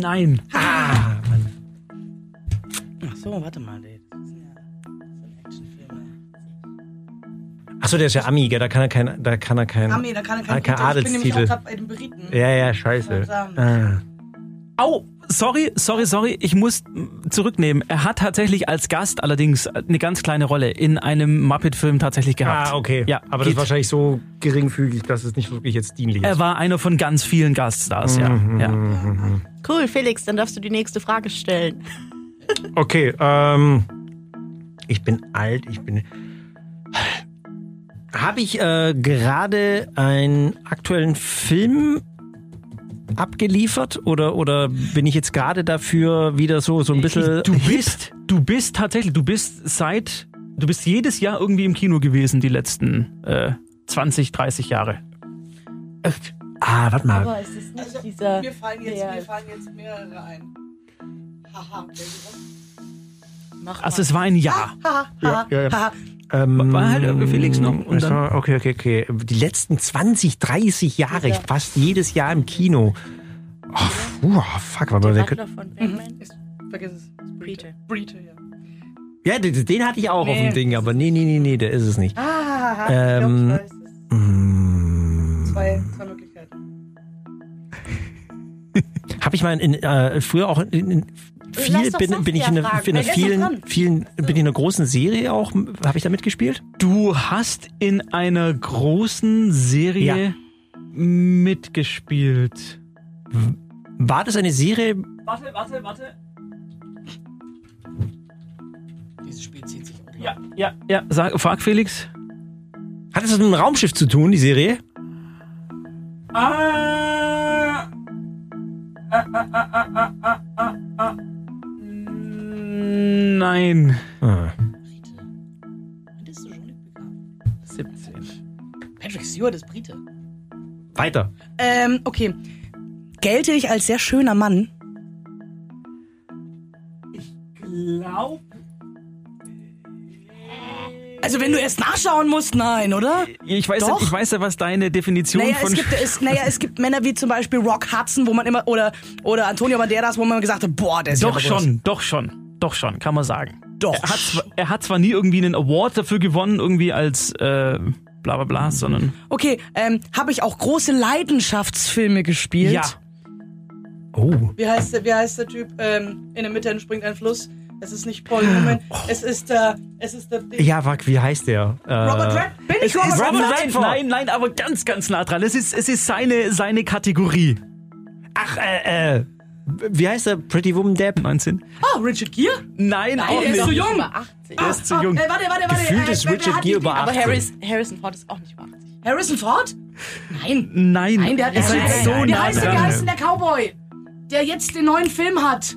[SPEAKER 2] Nein.
[SPEAKER 1] Ach so, warte mal. ey. Das sind ja das sind Actionfilme.
[SPEAKER 4] Ach Achso, der ist ja Ami, gell? Da kann er kein. Da kann er kein
[SPEAKER 1] Ah, nee, da kann er
[SPEAKER 4] Ah, kein
[SPEAKER 1] kein Kontext. Ich bin nämlich auch
[SPEAKER 4] Adelstitel.
[SPEAKER 1] gerade bei den Briten.
[SPEAKER 4] ja, ja, scheiße.
[SPEAKER 1] Verdammt.
[SPEAKER 4] Ah.
[SPEAKER 2] Au, sorry, sorry, sorry, ich muss mm, zurücknehmen. Er hat tatsächlich als Gast allerdings eine ganz kleine Rolle in einem Muppet-Film tatsächlich gehabt.
[SPEAKER 4] ah, okay.
[SPEAKER 2] Ja,
[SPEAKER 4] aber das
[SPEAKER 2] geht.
[SPEAKER 4] ist wahrscheinlich so geringfügig, dass es nicht wirklich jetzt dienlich
[SPEAKER 2] Er
[SPEAKER 4] ist.
[SPEAKER 2] war einer von ganz vielen Gaststars, ja.
[SPEAKER 4] Mhm.
[SPEAKER 2] ja.
[SPEAKER 5] Cool, Felix, dann darfst du die nächste Frage stellen.
[SPEAKER 4] Okay, ähm. Ich bin alt, ich bin. Habe ich äh, gerade einen aktuellen Film abgeliefert oder, oder bin ich jetzt gerade dafür wieder so, so ein bisschen.
[SPEAKER 2] Du bist, du bist tatsächlich, du bist seit, du bist jedes Jahr irgendwie im Kino gewesen, die letzten äh, 20, 30 Jahre.
[SPEAKER 4] ah, warte mal.
[SPEAKER 5] ist es nicht
[SPEAKER 1] Also,
[SPEAKER 5] dieser.
[SPEAKER 1] Mir fallen jetzt,
[SPEAKER 5] Ja.
[SPEAKER 1] mir fallen jetzt mehrere ein. Haha.
[SPEAKER 5] Mach
[SPEAKER 2] Also es war ein Jahr.
[SPEAKER 1] Haha.
[SPEAKER 4] Ja, ja, ja.
[SPEAKER 1] haha.
[SPEAKER 4] Ähm,
[SPEAKER 2] War halt irgendwie Felix noch und
[SPEAKER 4] es
[SPEAKER 2] dann-
[SPEAKER 4] war- okay, okay, okay. Die letzten 20, 30 Jahre, ich fast jedes Jahr im Kino. Oh, puh, fuck, aber der könnte-
[SPEAKER 5] Butler von Batman.
[SPEAKER 1] Ist- Vergiss es. Ist
[SPEAKER 5] Brite.
[SPEAKER 1] Brite, ja.
[SPEAKER 4] Ja, den, den hatte ich auch auf
[SPEAKER 1] Nee.
[SPEAKER 4] dem Ding, aber nee, nee, nee, nee, der ist es nicht.
[SPEAKER 1] Ah,
[SPEAKER 4] Ähm, mm.
[SPEAKER 1] ich glaub, ich weiß es. Zwei, zwei Möglichkeiten.
[SPEAKER 4] Habe ich mal in, äh, früher auch in, in viel
[SPEAKER 5] Lass doch
[SPEAKER 4] bin, bin ich in
[SPEAKER 5] Saskia
[SPEAKER 4] einer, in einer
[SPEAKER 5] fragen,
[SPEAKER 1] weil der ist doch
[SPEAKER 4] vielen,
[SPEAKER 1] dran.
[SPEAKER 4] vielen, bin ich in einer großen Serie auch, habe ich da mitgespielt?
[SPEAKER 2] Du hast in einer großen Serie mitgespielt.
[SPEAKER 4] War das eine Serie?
[SPEAKER 2] Warte, warte, warte.
[SPEAKER 1] Dieses Spiel zieht sich um unglaublich.
[SPEAKER 2] Ja, ja, ja. Sag, frag Felix.
[SPEAKER 4] Hat es mit einem Raumschiff zu tun, die Serie?
[SPEAKER 2] Ah, Nein.
[SPEAKER 4] Ah.
[SPEAKER 1] Brite. Hättest du schon mitbekommen?
[SPEAKER 2] 17.
[SPEAKER 1] Patrick Stewart ist Brite.
[SPEAKER 4] Weiter.
[SPEAKER 1] Ähm, okay. Gelte ich als sehr schöner Mann? äh,
[SPEAKER 2] Glaub.
[SPEAKER 1] Also wenn du erst nachschauen musst, nein, oder?
[SPEAKER 2] Ich weiß, ja,
[SPEAKER 1] Doch.
[SPEAKER 2] ich weiß ja, was deine Definition
[SPEAKER 1] Naja
[SPEAKER 2] von.
[SPEAKER 1] es, gibt, es, naja, es gibt Männer wie zum Beispiel Rock Hudson, wo man immer, oder, oder Antonio Banderas, wo man immer gesagt hat, boah, der ist ja
[SPEAKER 2] doch
[SPEAKER 1] aber
[SPEAKER 2] schon,
[SPEAKER 1] groß.
[SPEAKER 2] doch schon, doch schon, kann man sagen.
[SPEAKER 1] Doch.
[SPEAKER 2] Er hat, zwar, er hat zwar nie irgendwie einen Award dafür gewonnen, irgendwie als äh, bla bla bla, sondern.
[SPEAKER 1] Okay, ähm, habe ich auch große Leidenschaftsfilme gespielt?
[SPEAKER 2] Ja.
[SPEAKER 4] Oh.
[SPEAKER 1] Wie heißt der, wie heißt der Typ? Ähm, in der Mitte entspringt ein Fluss. Es ist nicht Paul Newman. Es ist der, es ist der
[SPEAKER 4] Oh. Ja, fuck, wie heißt der? Äh,
[SPEAKER 1] Robert Redford. Bin ich Robert
[SPEAKER 2] Robert
[SPEAKER 1] Redford?
[SPEAKER 2] nein, nein, nein, aber ganz, ganz nah dran. Es ist, es ist seine, seine Kategorie.
[SPEAKER 4] Ach, äh, äh. Wie heißt der? Pretty Woman Depp?
[SPEAKER 2] 19.
[SPEAKER 1] Oh, Richard Gere?
[SPEAKER 2] Nein,
[SPEAKER 4] Oh,
[SPEAKER 2] auch
[SPEAKER 1] der ist
[SPEAKER 2] nicht.
[SPEAKER 1] zu jung.
[SPEAKER 5] Über 80.
[SPEAKER 2] Er ist zu jung.
[SPEAKER 1] Äh, warte, warte, warte.
[SPEAKER 4] Gefühlt
[SPEAKER 1] äh,
[SPEAKER 4] ist
[SPEAKER 1] wer- wer
[SPEAKER 4] Richard
[SPEAKER 1] hat die-
[SPEAKER 4] Gere über
[SPEAKER 5] Aber
[SPEAKER 4] 18.
[SPEAKER 5] Harris, Harrison Ford ist auch nicht über 80.
[SPEAKER 1] Harrison Ford? Nein.
[SPEAKER 2] Nein.
[SPEAKER 1] Nein, der hat
[SPEAKER 2] Es
[SPEAKER 1] nein,
[SPEAKER 2] ist
[SPEAKER 1] nein,
[SPEAKER 2] so
[SPEAKER 1] nein, wie
[SPEAKER 2] nah
[SPEAKER 1] heißt denn, wie
[SPEAKER 2] dran.
[SPEAKER 1] heißt denn der Cowboy? Der jetzt den neuen Film hat.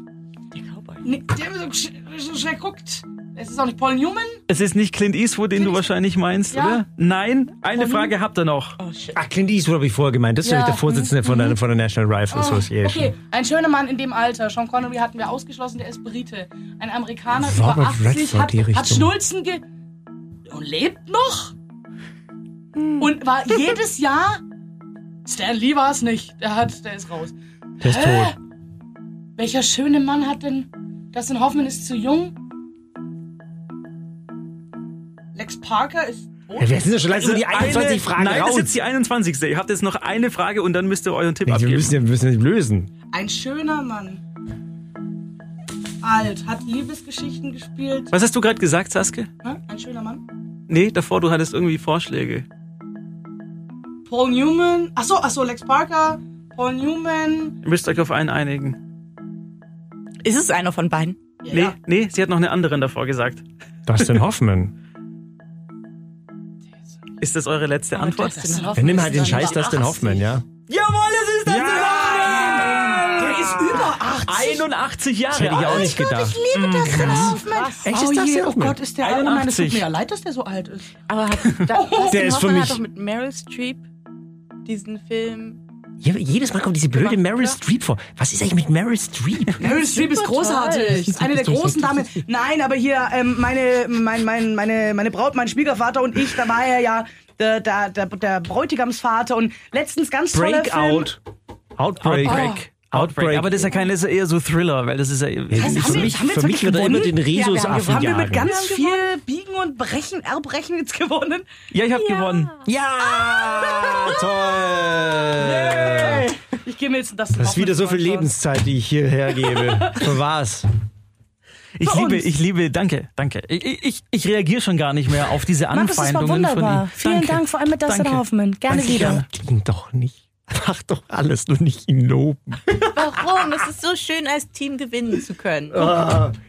[SPEAKER 5] Der Cowboy.
[SPEAKER 1] Nee, der immer so, gesch- so schnell guckt. Es ist auch nicht Paul Newman.
[SPEAKER 2] Es ist nicht Clint Eastwood, den du wahrscheinlich meinst,
[SPEAKER 1] Ja.
[SPEAKER 2] oder? Nein, eine Frage habt ihr noch.
[SPEAKER 5] Oh shit.
[SPEAKER 4] Ach, Clint Eastwood habe ich vorher gemeint. Das ist
[SPEAKER 1] Ja. Oh,
[SPEAKER 4] nämlich der Vorsitzende von der, von der National Rifle Association.
[SPEAKER 1] Okay, ein schöner Mann in dem Alter. Sean Connery hatten wir ausgeschlossen, der ist Brite. Ein Amerikaner über
[SPEAKER 4] Robert
[SPEAKER 1] 80
[SPEAKER 4] Redford,
[SPEAKER 1] hat,
[SPEAKER 4] die
[SPEAKER 1] hat
[SPEAKER 4] Richtung.
[SPEAKER 1] Schnulzen ge... Und lebt noch?
[SPEAKER 4] Hm.
[SPEAKER 1] Und war jedes Jahr... Stan Lee war es nicht. Der, hat, der ist raus.
[SPEAKER 4] Der ist tot.
[SPEAKER 1] Welcher schöne Mann hat denn... Dustin Hoffman ist zu jung. Lex Parker ist... tot.
[SPEAKER 4] Ja, wir sind ja schon langsam die 21
[SPEAKER 2] eine,
[SPEAKER 4] Fragen
[SPEAKER 2] Nein, das
[SPEAKER 4] raus.
[SPEAKER 2] ist jetzt die 21. Ihr habt jetzt noch eine Frage und dann müsst ihr euren Tipp
[SPEAKER 4] Nee, wir
[SPEAKER 2] abgeben.
[SPEAKER 4] müssen ja, wir müssen ja nicht lösen.
[SPEAKER 1] Ein schöner Mann. Alt, hat Liebesgeschichten gespielt.
[SPEAKER 2] Was hast du gerade gesagt, Saske?
[SPEAKER 1] Hä? Ein schöner Mann.
[SPEAKER 2] Nee, davor, du hattest irgendwie Vorschläge.
[SPEAKER 1] Paul Newman. Achso, achso, Lex Parker. Paul Newman.
[SPEAKER 2] Ihr müsst euch auf einen einigen.
[SPEAKER 5] Ist es einer von beiden?
[SPEAKER 1] Ja,
[SPEAKER 2] Nee,
[SPEAKER 1] ja.
[SPEAKER 2] nee, sie hat noch eine andere davor gesagt.
[SPEAKER 4] Dustin Hoffman.
[SPEAKER 2] Ist das eure letzte
[SPEAKER 1] Oh,
[SPEAKER 2] Antwort?
[SPEAKER 5] Dustin
[SPEAKER 4] Dann
[SPEAKER 5] Hoffman
[SPEAKER 4] nimm halt
[SPEAKER 5] ist
[SPEAKER 4] den
[SPEAKER 5] dann
[SPEAKER 4] Scheiß
[SPEAKER 5] über
[SPEAKER 4] Dustin
[SPEAKER 5] 80.
[SPEAKER 4] Hoffman, ja.
[SPEAKER 2] Jawohl, es ist das!
[SPEAKER 1] Der ist über 80.
[SPEAKER 2] 81 Jahre
[SPEAKER 4] Das hätte ich auch
[SPEAKER 2] alt.
[SPEAKER 4] nicht gedacht.
[SPEAKER 1] liebe Dustin Hoffman.
[SPEAKER 4] Echt, ist
[SPEAKER 1] oh,
[SPEAKER 4] Dustin
[SPEAKER 1] je, oh
[SPEAKER 4] Hoffman?
[SPEAKER 1] Gott, ist der alt. Oh nein, das tut
[SPEAKER 2] 81.
[SPEAKER 1] mir ja leid, dass der so alt ist.
[SPEAKER 5] Aber (laughs) hat, da, Dustin
[SPEAKER 4] Der ist für
[SPEAKER 5] Hoffman
[SPEAKER 4] mich-
[SPEAKER 5] hat doch mit Meryl Streep diesen Film.
[SPEAKER 4] Je- Jedes Mal kommt diese blöde Meryl Streep vor. Was ist eigentlich mit Meryl Streep?
[SPEAKER 1] Meryl Streep ist großartig. Ist eine der großen Damen. Nein, aber hier ähm, meine, mein, mein, meine, meine Braut, mein Schwiegervater und ich, da war er ja der, der, der, der Bräutigamsvater und letztens ganz toller Film. Oh.
[SPEAKER 4] Breakout. (laughs) Outbreak.
[SPEAKER 2] Outbreak. Outbreak.
[SPEAKER 4] Outbreak.
[SPEAKER 2] Aber das ist ja kein, das ist ja eher so Thriller, weil das ist ja.
[SPEAKER 1] Also
[SPEAKER 4] für
[SPEAKER 1] haben wir-
[SPEAKER 4] mich,
[SPEAKER 1] haben wir
[SPEAKER 4] für
[SPEAKER 1] jetzt
[SPEAKER 4] mich wird er immer
[SPEAKER 1] gewonnen?
[SPEAKER 4] den Rhesusaffen
[SPEAKER 1] haben wir
[SPEAKER 4] jagen.
[SPEAKER 1] mit ganz
[SPEAKER 5] Wir haben
[SPEAKER 1] viel Biegen und Brechen, Erbrechen jetzt gewonnen?
[SPEAKER 2] Ja, ich habe gewonnen.
[SPEAKER 4] ja, toll.
[SPEAKER 1] Ich gehe mir jetzt das.
[SPEAKER 4] Das ist wieder so viel Lebenszeit, die ich hierher (laughs) gebe. Für was?
[SPEAKER 2] Ich
[SPEAKER 1] Bei
[SPEAKER 2] liebe,
[SPEAKER 1] uns.
[SPEAKER 2] ich liebe, danke, danke. Ich, ich, ich reagiere schon gar nicht mehr auf diese
[SPEAKER 5] Markus, das war
[SPEAKER 2] Anfeindungen von
[SPEAKER 5] wunderbar.
[SPEAKER 2] ihm.
[SPEAKER 5] Vielen
[SPEAKER 2] danke.
[SPEAKER 5] Dank, vor allem mit Dustin
[SPEAKER 2] Danke.
[SPEAKER 5] Hoffmann. Gerne
[SPEAKER 2] Danke,
[SPEAKER 5] wieder.
[SPEAKER 2] gerne.
[SPEAKER 4] Ihn doch nicht. Mach doch alles, nur nicht ihn loben.
[SPEAKER 6] Warum? Es ist so schön, als Team gewinnen zu
[SPEAKER 4] (laughs)
[SPEAKER 6] können.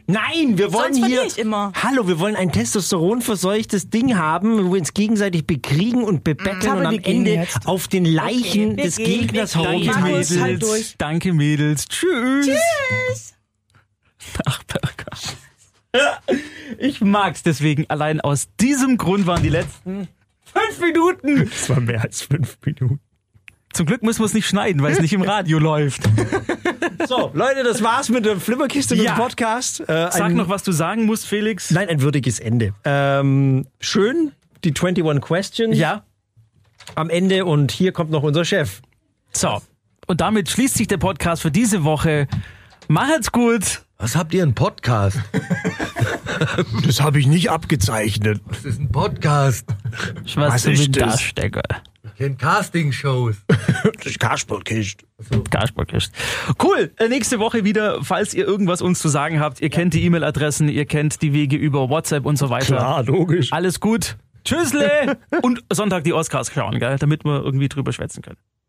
[SPEAKER 4] Nein, wir wollen
[SPEAKER 6] Sonst verliere
[SPEAKER 4] hier.
[SPEAKER 6] ich immer.
[SPEAKER 4] Hallo, wir wollen ein testosteronverseuchtes Ding haben, wo wir uns gegenseitig bekriegen und bebetteln
[SPEAKER 5] Aber
[SPEAKER 4] und am
[SPEAKER 5] wir gehen
[SPEAKER 4] Ende
[SPEAKER 5] jetzt.
[SPEAKER 4] auf den Leichen
[SPEAKER 6] wir
[SPEAKER 4] des
[SPEAKER 6] gehen, wir
[SPEAKER 4] Gegners
[SPEAKER 6] gehen.
[SPEAKER 2] Danke,
[SPEAKER 4] herumtanzen.
[SPEAKER 2] Mädels.
[SPEAKER 6] halt durch.
[SPEAKER 2] Danke, Mädels. Tschüss.
[SPEAKER 6] Tschüss.
[SPEAKER 2] Ach, Berger. Ich mag's deswegen. Allein aus diesem Grund waren die letzten fünf Minuten.
[SPEAKER 4] Das war mehr als fünf Minuten.
[SPEAKER 2] Zum Glück müssen wir es nicht schneiden, weil es nicht im Radio läuft.
[SPEAKER 4] So, Leute, das war's mit der Flimmerkiste mit
[SPEAKER 2] Ja.
[SPEAKER 4] dem Podcast. Äh,
[SPEAKER 2] Sag
[SPEAKER 4] ein,
[SPEAKER 2] noch, was du sagen musst, Felix.
[SPEAKER 4] Nein, ein würdiges Ende. Ähm, schön, die 21 Questions
[SPEAKER 2] Ja.
[SPEAKER 4] am Ende und hier kommt noch unser Chef.
[SPEAKER 2] So. Und damit schließt sich der Podcast für diese Woche. Macht's gut.
[SPEAKER 7] Was habt ihr, ein Podcast?
[SPEAKER 4] Das habe ich nicht abgezeichnet.
[SPEAKER 7] Das ist ein Podcast.
[SPEAKER 2] Ich weiß,
[SPEAKER 4] Was
[SPEAKER 2] du
[SPEAKER 4] ist
[SPEAKER 2] bist
[SPEAKER 4] das?
[SPEAKER 2] Darsteller.
[SPEAKER 7] Ich kenn Casting-Shows.
[SPEAKER 4] Das ist Kasperlkist.
[SPEAKER 2] Gasparkist. Cool. Äh, Nächste Woche wieder, falls ihr irgendwas uns zu sagen habt. Ihr kennt die E-Mail-Adressen, ihr kennt die Wege über WhatsApp und so weiter.
[SPEAKER 4] Klar, Ah, logisch.
[SPEAKER 2] Alles gut. Tschüssle. und Sonntag die Oscars schauen, gell? Damit wir irgendwie drüber schwätzen können.